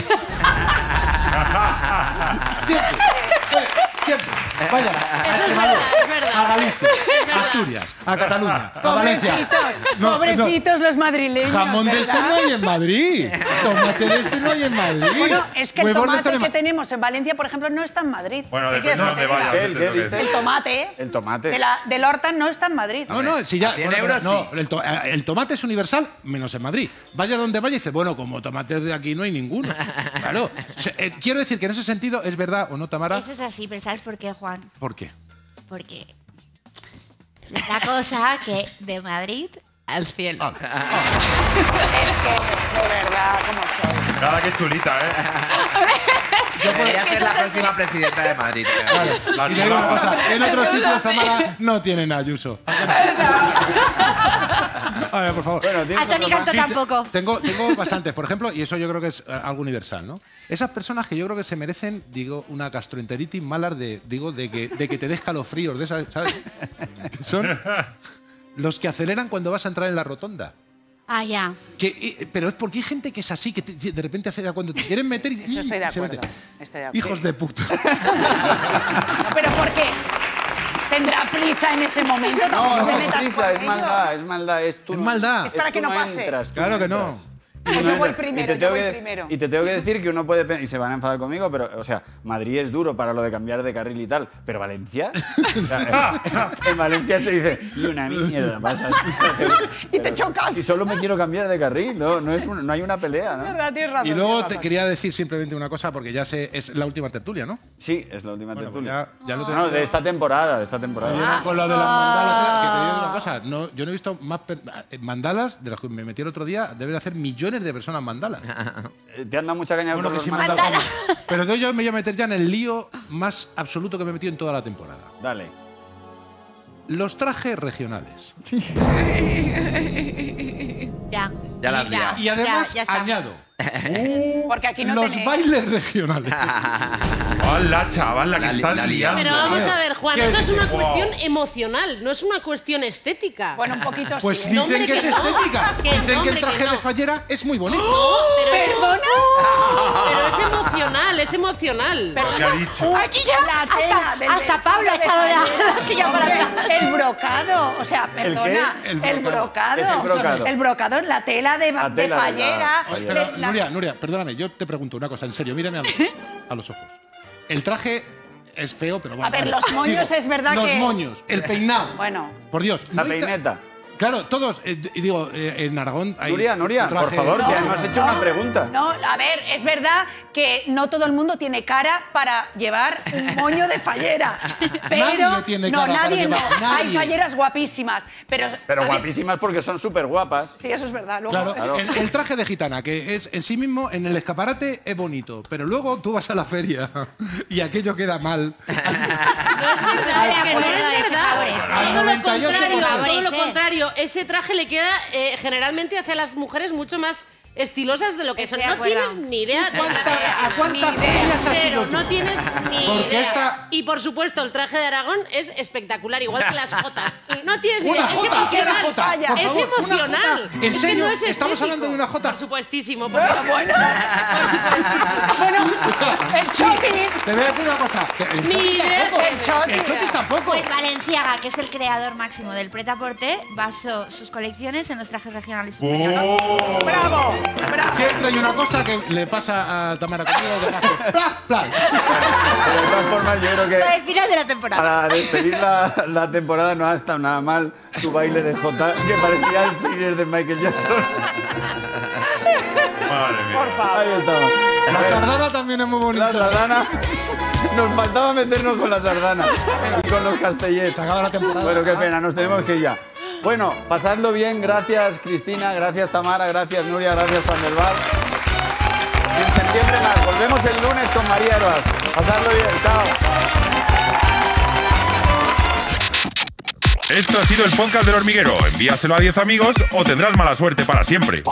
[SPEAKER 9] siempre. eh, Siempre. Vaya. a
[SPEAKER 11] Eso es
[SPEAKER 9] Extremadura,
[SPEAKER 11] verdad, es verdad.
[SPEAKER 9] A Galicia,
[SPEAKER 11] Es
[SPEAKER 9] a
[SPEAKER 11] verdad.
[SPEAKER 9] Asturias, a Cataluña, a Ah, Valencia.
[SPEAKER 7] Pobrecitos,
[SPEAKER 9] No, no.
[SPEAKER 7] pobrecitos los madrileños.
[SPEAKER 9] Jamón de
[SPEAKER 7] ¿verdad?
[SPEAKER 9] este no hay en Madrid. Tomate de este no hay en Madrid.
[SPEAKER 8] Bueno, es que el
[SPEAKER 9] Huevos de este
[SPEAKER 8] tomate
[SPEAKER 9] no hay
[SPEAKER 8] que
[SPEAKER 9] en
[SPEAKER 8] tenemos en Valencia, por ejemplo, no está en Madrid.
[SPEAKER 2] Bueno,
[SPEAKER 8] ¿Qué
[SPEAKER 2] depende
[SPEAKER 8] quieres
[SPEAKER 2] de
[SPEAKER 8] que te
[SPEAKER 2] dónde
[SPEAKER 8] diga?
[SPEAKER 2] vayas.
[SPEAKER 3] ¿Qué- qué
[SPEAKER 2] depende de-
[SPEAKER 3] dices?
[SPEAKER 8] El tomate, ¿eh?
[SPEAKER 3] El tomate.
[SPEAKER 8] De la, del Horta no está en Madrid.
[SPEAKER 9] No, no, si ya.
[SPEAKER 1] a 100
[SPEAKER 9] bueno, pero
[SPEAKER 1] euros
[SPEAKER 9] no,
[SPEAKER 1] sí.
[SPEAKER 9] el, to- eh, el tomate es universal, menos en Madrid. Vaya donde vaya, y dice, bueno, como tomates de aquí no hay ninguno. Claro. Se- eh, quiero decir que en ese sentido es verdad o no, Tamara.
[SPEAKER 10] Eso es así, pero ¿sabes por qué, Juan?
[SPEAKER 9] ¿Por qué?
[SPEAKER 10] Porque la cosa que de Madrid al cielo.
[SPEAKER 8] Ah. Es que, de verdad, como soy.
[SPEAKER 2] Nada que chulita, ¿eh?
[SPEAKER 1] Debería ser la próxima presidenta de Madrid. creo.
[SPEAKER 2] La
[SPEAKER 9] Y le digo una
[SPEAKER 2] chulapa.
[SPEAKER 9] cosa, en otros sitios Tamara no tienen ayuso. A ver, por favor.
[SPEAKER 3] Bueno, tienes
[SPEAKER 10] A Tony
[SPEAKER 3] otro más.
[SPEAKER 10] Canto
[SPEAKER 9] Sí, te-
[SPEAKER 10] tampoco.
[SPEAKER 9] Tengo, tengo bastantes, por ejemplo, y eso yo creo que es eh, algo universal, ¿no? Esas personas que yo creo que se merecen, digo, una gastroenteritis malar de, digo, de que, de que te des calofríos, de esas, ¿sabes? Que Son los que aceleran cuando vas a entrar en la rotonda.
[SPEAKER 10] Ah, ya.
[SPEAKER 9] Que, y- pero es porque hay gente que es así, que te- de repente hace, cuando te quieren meter y,
[SPEAKER 8] Eso estoy de
[SPEAKER 9] y se
[SPEAKER 8] acuerdo.
[SPEAKER 9] mete.
[SPEAKER 8] Estoy de acuerdo.
[SPEAKER 9] Hijos de puta.
[SPEAKER 8] No, pero ¿por qué? ¿Tendrá prisa en ese momento?
[SPEAKER 3] No, no
[SPEAKER 8] te
[SPEAKER 3] es
[SPEAKER 8] metas
[SPEAKER 3] prisa,
[SPEAKER 8] con
[SPEAKER 3] es
[SPEAKER 8] ellos.
[SPEAKER 3] maldad, es maldad. Es, tú
[SPEAKER 9] Es maldad.
[SPEAKER 8] Es para que
[SPEAKER 3] tú
[SPEAKER 8] no pase.
[SPEAKER 3] entras, tú
[SPEAKER 9] Claro que no.
[SPEAKER 3] entras.
[SPEAKER 8] Ah,
[SPEAKER 3] Tú
[SPEAKER 8] yo voy
[SPEAKER 3] entras.
[SPEAKER 8] primero,
[SPEAKER 3] Y te
[SPEAKER 8] yo
[SPEAKER 3] tengo
[SPEAKER 8] voy
[SPEAKER 3] que-
[SPEAKER 8] primero.
[SPEAKER 3] Y te tengo que decir que uno puede. pe- Y se van a enfadar conmigo, pero, o sea, Madrid es duro para lo de cambiar de carril y tal, pero Valencia. O sea, en Valencia se dice, y una mierda pasa.
[SPEAKER 8] Y te chocas.
[SPEAKER 3] Y solo me quiero cambiar de carril, no, no, es un- no hay una pelea,
[SPEAKER 8] Es
[SPEAKER 3] ¿no?
[SPEAKER 8] verdad, tienes razón,
[SPEAKER 9] Y luego
[SPEAKER 8] tienes
[SPEAKER 9] te
[SPEAKER 8] razón.
[SPEAKER 9] quería decir simplemente una cosa, porque ya sé, es la última tertulia, ¿no?
[SPEAKER 3] Sí, es la última
[SPEAKER 9] Bueno, pues
[SPEAKER 3] tertulia.
[SPEAKER 9] ya- ya lo
[SPEAKER 3] no, de esta temporada, de esta
[SPEAKER 9] Oye,
[SPEAKER 3] temporada.
[SPEAKER 9] con lo de las
[SPEAKER 10] Ah.
[SPEAKER 9] mandalas, eh, que te digo una cosa, no, yo no he visto más per- eh, mandalas de las que me metí el otro día, deben hacer millones de personas mandalas.
[SPEAKER 3] Eh, ¿Te han dado mucha caña
[SPEAKER 9] Bueno,
[SPEAKER 3] por
[SPEAKER 9] que
[SPEAKER 3] los
[SPEAKER 9] sí
[SPEAKER 3] mandalas?
[SPEAKER 9] mandala. Pero yo- yo me voy a meter ya en el lío más absoluto que me he metido en toda la temporada.
[SPEAKER 3] Dale.
[SPEAKER 9] Los trajes regionales.
[SPEAKER 10] Ya.
[SPEAKER 1] Ya la has liado.
[SPEAKER 9] Y además
[SPEAKER 10] ya está.
[SPEAKER 9] añado
[SPEAKER 8] Porque aquí no
[SPEAKER 9] los
[SPEAKER 8] tenéis-
[SPEAKER 9] bailes regionales.
[SPEAKER 2] Hola, chaval, la que
[SPEAKER 1] La li- la
[SPEAKER 2] estás
[SPEAKER 1] liamos.
[SPEAKER 2] liando.
[SPEAKER 11] Pero vamos a ver, Juan, eso es una
[SPEAKER 2] Wow.
[SPEAKER 11] cuestión emocional, no es una cuestión estética.
[SPEAKER 8] Bueno, un poquito
[SPEAKER 9] Pues
[SPEAKER 8] sí. ¿eh?
[SPEAKER 11] no,
[SPEAKER 9] dicen
[SPEAKER 11] hombre,
[SPEAKER 9] que es
[SPEAKER 11] que no.
[SPEAKER 9] estética.
[SPEAKER 11] Que
[SPEAKER 9] Dicen
[SPEAKER 11] no,
[SPEAKER 9] que el
[SPEAKER 11] hombre, que
[SPEAKER 9] traje de
[SPEAKER 11] no.
[SPEAKER 9] fallera es muy bonito.
[SPEAKER 11] pero, es,
[SPEAKER 8] ¿Perdona?
[SPEAKER 11] pero es emocional, es emocional.
[SPEAKER 2] Lo que ha dicho.
[SPEAKER 10] Aquí ya.
[SPEAKER 8] La tela del
[SPEAKER 10] Hasta, hasta Pablo ha
[SPEAKER 8] vestido
[SPEAKER 10] echado
[SPEAKER 8] de
[SPEAKER 10] la,
[SPEAKER 8] Madrid.
[SPEAKER 10] la silla para
[SPEAKER 8] Hombre,
[SPEAKER 10] atrás.
[SPEAKER 8] El brocado, o sea,
[SPEAKER 3] qué?
[SPEAKER 8] perdona,
[SPEAKER 9] El
[SPEAKER 8] el,
[SPEAKER 9] brocado.
[SPEAKER 8] brocado.
[SPEAKER 3] ¿Qué es el brocado?
[SPEAKER 8] El brocado, la tela de,
[SPEAKER 3] La tela
[SPEAKER 8] de
[SPEAKER 3] de la-
[SPEAKER 8] fallera.
[SPEAKER 3] Oye,
[SPEAKER 8] de
[SPEAKER 9] Pero,
[SPEAKER 8] las-
[SPEAKER 9] Nuria, Nuria, perdóname, yo te pregunto una cosa, en serio, mírame a los, a los ojos. El traje es feo, pero bueno.
[SPEAKER 8] A ver,
[SPEAKER 9] vale.
[SPEAKER 8] los moños es verdad
[SPEAKER 9] los
[SPEAKER 8] que-
[SPEAKER 9] moños, el peinado.
[SPEAKER 8] Bueno.
[SPEAKER 9] Por Dios.
[SPEAKER 3] La
[SPEAKER 9] no hay tra-
[SPEAKER 3] peineta.
[SPEAKER 9] Claro, todos. eh, d- digo, eh, en Aragón hay.
[SPEAKER 3] Nuria, Nuria,
[SPEAKER 9] un traje-
[SPEAKER 3] por favor, que
[SPEAKER 9] No,
[SPEAKER 3] nos has hecho una pregunta.
[SPEAKER 8] No, a ver, es verdad que no todo el mundo tiene cara para llevar un moño de fallera. Pero
[SPEAKER 9] Nadie tiene
[SPEAKER 8] no,
[SPEAKER 9] cara para
[SPEAKER 8] nadie
[SPEAKER 9] llevar-
[SPEAKER 8] no. Hay
[SPEAKER 9] nadie.
[SPEAKER 8] falleras guapísimas, pero
[SPEAKER 3] Pero
[SPEAKER 8] a ver,
[SPEAKER 3] guapísimas porque son súper guapas.
[SPEAKER 8] Sí, eso es verdad. Luego
[SPEAKER 9] Claro,
[SPEAKER 8] es-
[SPEAKER 3] Claro.
[SPEAKER 9] El, el traje de gitana, que es en sí mismo, en el escaparate es bonito, pero luego tú vas a la feria y aquello queda mal.
[SPEAKER 11] No es verdad, Ah, es que no
[SPEAKER 10] Bueno,
[SPEAKER 11] es
[SPEAKER 10] eso
[SPEAKER 11] verdad.
[SPEAKER 10] favorece.
[SPEAKER 11] Todo lo
[SPEAKER 9] 98%.
[SPEAKER 11] contrario, todo lo
[SPEAKER 10] Favorece.
[SPEAKER 11] contrario. Ese traje le queda eh, generalmente hacia las mujeres mucho más estilosas de lo que
[SPEAKER 10] Estoy
[SPEAKER 11] son.
[SPEAKER 10] de
[SPEAKER 11] No
[SPEAKER 10] acuerdo.
[SPEAKER 11] tienes ni idea. de
[SPEAKER 9] ¿Cuánta-
[SPEAKER 11] traje.
[SPEAKER 9] ¿A
[SPEAKER 11] Ni
[SPEAKER 9] cuántas
[SPEAKER 11] idea,
[SPEAKER 9] ferias has
[SPEAKER 11] Pero
[SPEAKER 9] ido? tú?
[SPEAKER 11] no tienes ni
[SPEAKER 9] Porque
[SPEAKER 11] idea.
[SPEAKER 9] esta-
[SPEAKER 11] Y por supuesto, el traje de Aragón es espectacular, igual que las jotas. No tienes ni
[SPEAKER 9] Una
[SPEAKER 11] idea. Es
[SPEAKER 9] jota, una
[SPEAKER 11] emocional.
[SPEAKER 9] jota, por
[SPEAKER 11] es
[SPEAKER 9] favor, una
[SPEAKER 11] emocional.
[SPEAKER 9] jota. ¿En
[SPEAKER 11] Es que
[SPEAKER 9] serio?
[SPEAKER 11] no es
[SPEAKER 9] ¿Estamos
[SPEAKER 11] estético.
[SPEAKER 9] hablando de una jota?
[SPEAKER 11] Por supuestísimo. por supuesto.
[SPEAKER 8] Bueno, el chotis,
[SPEAKER 9] Te voy a decir una cosa. que
[SPEAKER 11] Ni
[SPEAKER 9] el chotis
[SPEAKER 11] idea.
[SPEAKER 9] tampoco.
[SPEAKER 11] del chotis.
[SPEAKER 9] El chotis tampoco.
[SPEAKER 10] Pues Valenciaga, que es el creador máximo del Pretaporte, basó sus colecciones en los trajes regionales.
[SPEAKER 2] ¡Oh!
[SPEAKER 8] bravo.
[SPEAKER 9] Siempre hay una cosa que le pasa a Tamara conmigo que hace ¡pla, pla!
[SPEAKER 3] Pero de todas formas, yo creo que
[SPEAKER 10] Para el final de la temporada.
[SPEAKER 3] para despedir la, la temporada no ha estado nada mal tu baile de Jota, que parecía el thriller de Michael Jackson.
[SPEAKER 2] Madre mía.
[SPEAKER 3] Ahí estaba. Eh,
[SPEAKER 9] La sardana también es muy
[SPEAKER 3] La
[SPEAKER 9] bonita.
[SPEAKER 3] sardana. Nos faltaba meternos con la sardana y con los castellets.
[SPEAKER 9] la temporada.
[SPEAKER 3] Bueno, qué pena, nos tenemos que ir ya. Bueno, pasando bien, gracias Cristina, gracias Tamara, gracias Nuria, gracias Juan del Val. Y En septiembre más, volvemos el lunes con María Herbas. Pasadlo bien, chao.
[SPEAKER 2] Esto ha sido el podcast del hormiguero. Envíaselo a 10 amigos o tendrás mala suerte para siempre.